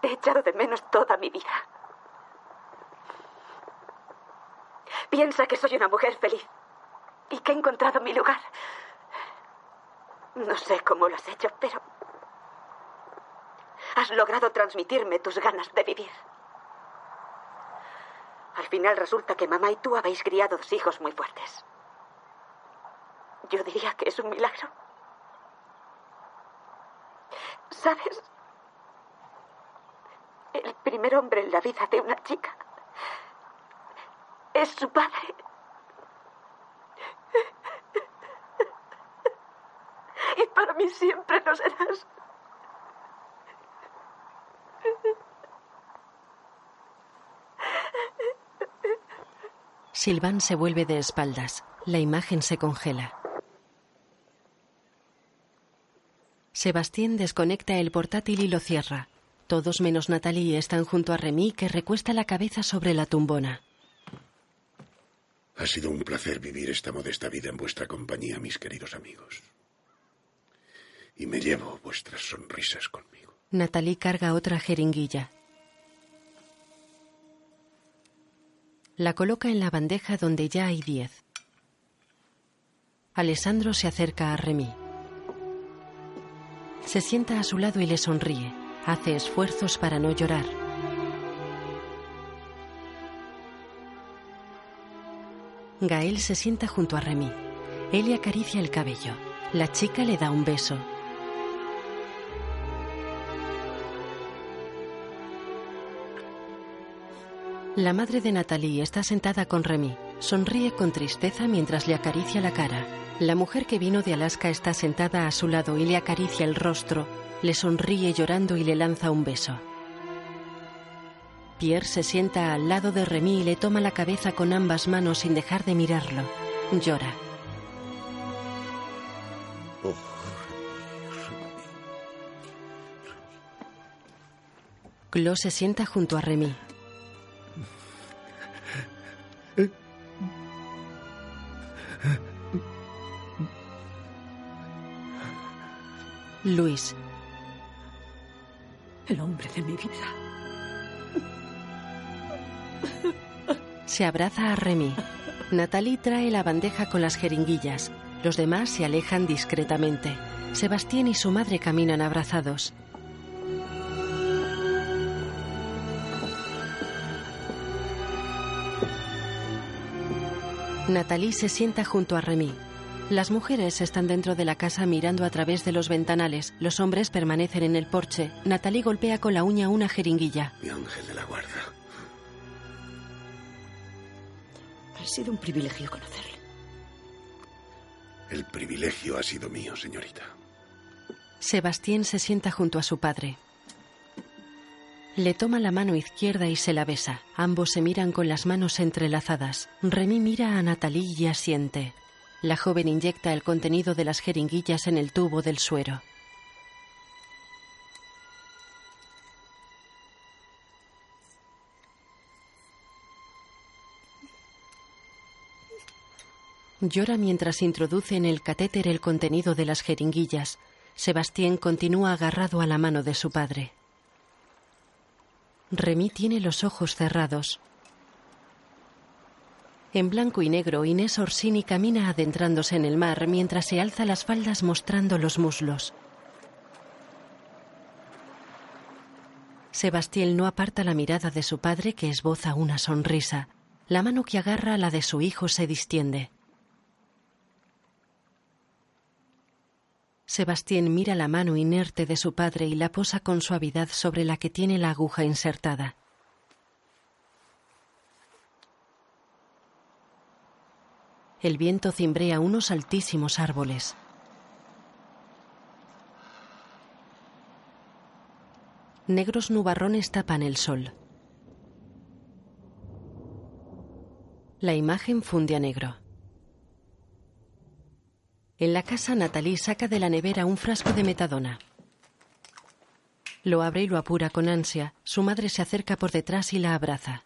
Te he echado de menos toda mi vida. Piensa que soy una mujer feliz y que he encontrado mi lugar. No sé cómo lo has hecho, pero
Has logrado transmitirme tus ganas de vivir. Al final resulta que mamá y tú habéis criado dos hijos muy fuertes. Yo diría que es un milagro. ¿Sabes? El primer hombre en la vida de una chica es su padre. Y para mí siempre lo serás.
Silván se vuelve de espaldas. La imagen se congela. Sebastián desconecta el portátil y lo cierra. Todos menos Natalie están junto a Remy que recuesta la cabeza sobre la tumbona.
Ha sido un placer vivir esta modesta vida en vuestra compañía, mis queridos amigos. Y me llevo vuestras sonrisas conmigo.
Natalie carga otra jeringuilla. La coloca en la bandeja donde ya hay diez. Alessandro se acerca a Remy. Se sienta a su lado y le sonríe. Hace esfuerzos para no llorar. Gael se sienta junto a Remy. Él le acaricia el cabello. La chica le da un beso. La madre de Natalie está sentada con Remy. Sonríe con tristeza mientras le acaricia la cara. La mujer que vino de Alaska está sentada a su lado y le acaricia el rostro. Le sonríe llorando y le lanza un beso. Pierre se sienta al lado de Remy y le toma la cabeza con ambas manos sin dejar de mirarlo. Llora.
Oh,
Clo se sienta junto a Remy. Luis,
El hombre de mi vida.
Se abraza a Remy. Natalie trae la bandeja con las jeringuillas. Los demás se alejan discretamente. Sebastián y su madre caminan abrazados. Natalie se sienta junto a Remy. Las mujeres están dentro de la casa mirando a través de los ventanales. Los hombres permanecen en el porche. Natalie golpea con la uña una jeringuilla.
Mi ángel de la guarda.
Ha sido un privilegio conocerle.
El privilegio ha sido mío, señorita.
Sebastián se sienta junto a su padre. Le toma la mano izquierda y se la besa. Ambos se miran con las manos entrelazadas. Remy mira a Natalie y asiente. La joven inyecta el contenido de las jeringuillas en el tubo del suero. Llora mientras introduce en el catéter el contenido de las jeringuillas. Sebastián continúa agarrado a la mano de su padre. Remy tiene los ojos cerrados. En blanco y negro, Inés Orsini camina adentrándose en el mar mientras se alza las faldas mostrando los muslos. Sebastián no aparta la mirada de su padre que esboza una sonrisa. La mano que agarra la de su hijo se distiende. Sebastián mira la mano inerte de su padre y la posa con suavidad sobre la que tiene la aguja insertada. El viento cimbrea unos altísimos árboles. Negros nubarrones tapan el sol. La imagen funde a negro. En la casa, Natalie saca de la nevera un frasco de metadona. Lo abre y lo apura con ansia. Su madre se acerca por detrás y la abraza.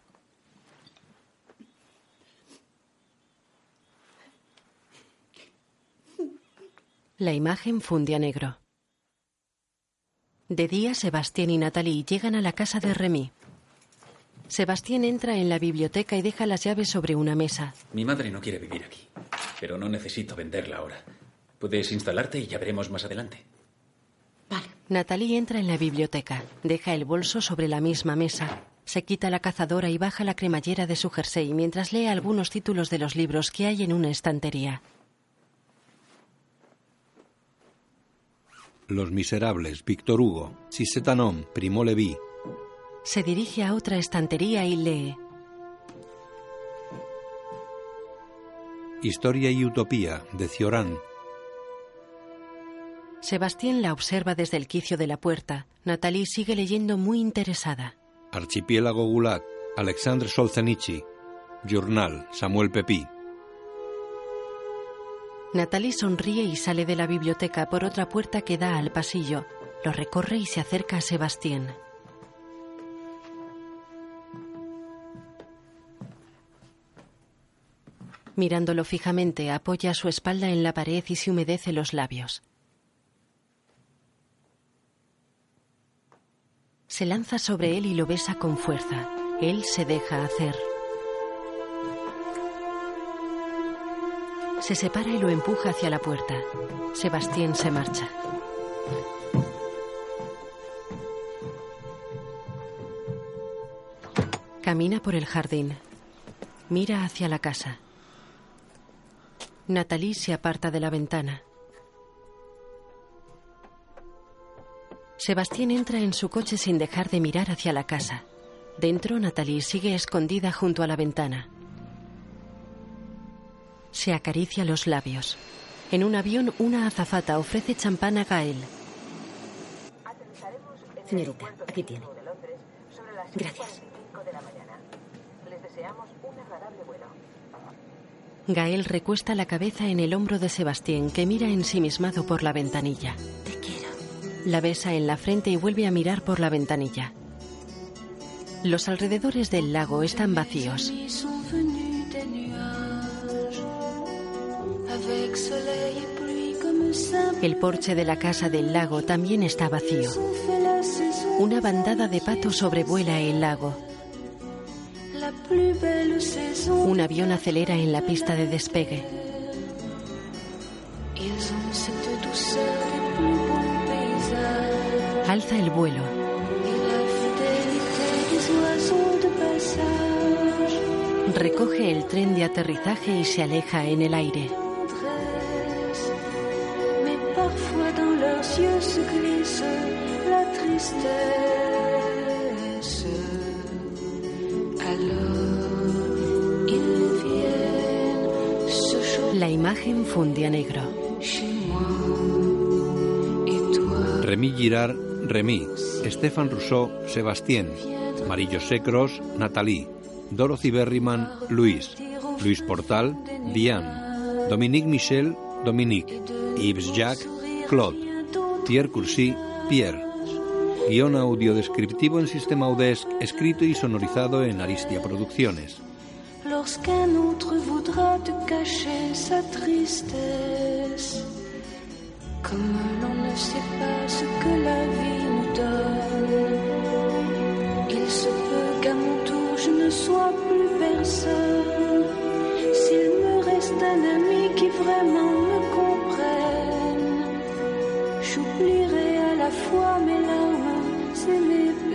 La imagen funde a negro. De día, Sebastián y Natalie llegan a la casa de Remy. Sebastián entra en la biblioteca y deja las llaves sobre una mesa.
Mi madre no quiere vivir aquí, pero no necesito venderla ahora. Puedes instalarte y ya veremos más adelante.
Vale.
Natalie entra en la biblioteca, deja el bolso sobre la misma mesa, se quita la cazadora y baja la cremallera de su jersey mientras lee algunos títulos de los libros que hay en una estantería.
Los Miserables, Víctor Hugo, Cicetanón, Primo Levi.
Se dirige a otra estantería y lee.
Historia y Utopía, de Ciorán.
Sebastián la observa desde el quicio de la puerta. Natalie sigue leyendo muy interesada.
Archipiélago Gulag, Alexandre Solzhenitsyn. Journal, Samuel Pepí.
Natalie sonríe y sale de la biblioteca por otra puerta que da al pasillo. Lo recorre y se acerca a Sebastián. Mirándolo fijamente, apoya su espalda en la pared y se humedece los labios. Se lanza sobre él y lo besa con fuerza. Él se deja hacer. Se separa y lo empuja hacia la puerta. Sebastián se marcha. Camina por el jardín. Mira hacia la casa. Natalie se aparta de la ventana. Sebastián entra en su coche sin dejar de mirar hacia la casa. Dentro, Natalie sigue escondida junto a la ventana. Se acaricia los labios. En un avión, una azafata ofrece champán a Gael.
Señorita, aquí tiene. Gracias.
Gael recuesta la cabeza en el hombro de Sebastián, que mira ensimismado por la ventanilla.
Te quiero.
La besa en la frente y vuelve a mirar por la ventanilla. Los alrededores del lago están vacíos. El porche de la casa del lago también está vacío. Una bandada de patos sobrevuela el lago. Un avión acelera en la pista de despegue. Alza el vuelo. Recoge el tren de aterrizaje y se aleja en el aire. La imagen funde a negro.
Remy Girard, Remy. Stefan Rousseau, Sébastien. Marillo Secros, Nathalie. Dorothy Berryman, Luis. Luis Portal, Diane. Dominique Michel, Dominique. Yves Jacques, Claude. Pierre Courcy, Pierre. Guión audio descriptivo en sistema UDESC, escrito y sonorizado en Aristia Producciones.
Lorsqu'un autre voudra te cacher sa tristesse, comme l'on ne sait pas ce que la vie nous donne, il se peut qu'à mon tour je ne sois plus personne. S'il me reste un ami qui vraiment me comprenne, j'oublierai à la fois mes larmes et mes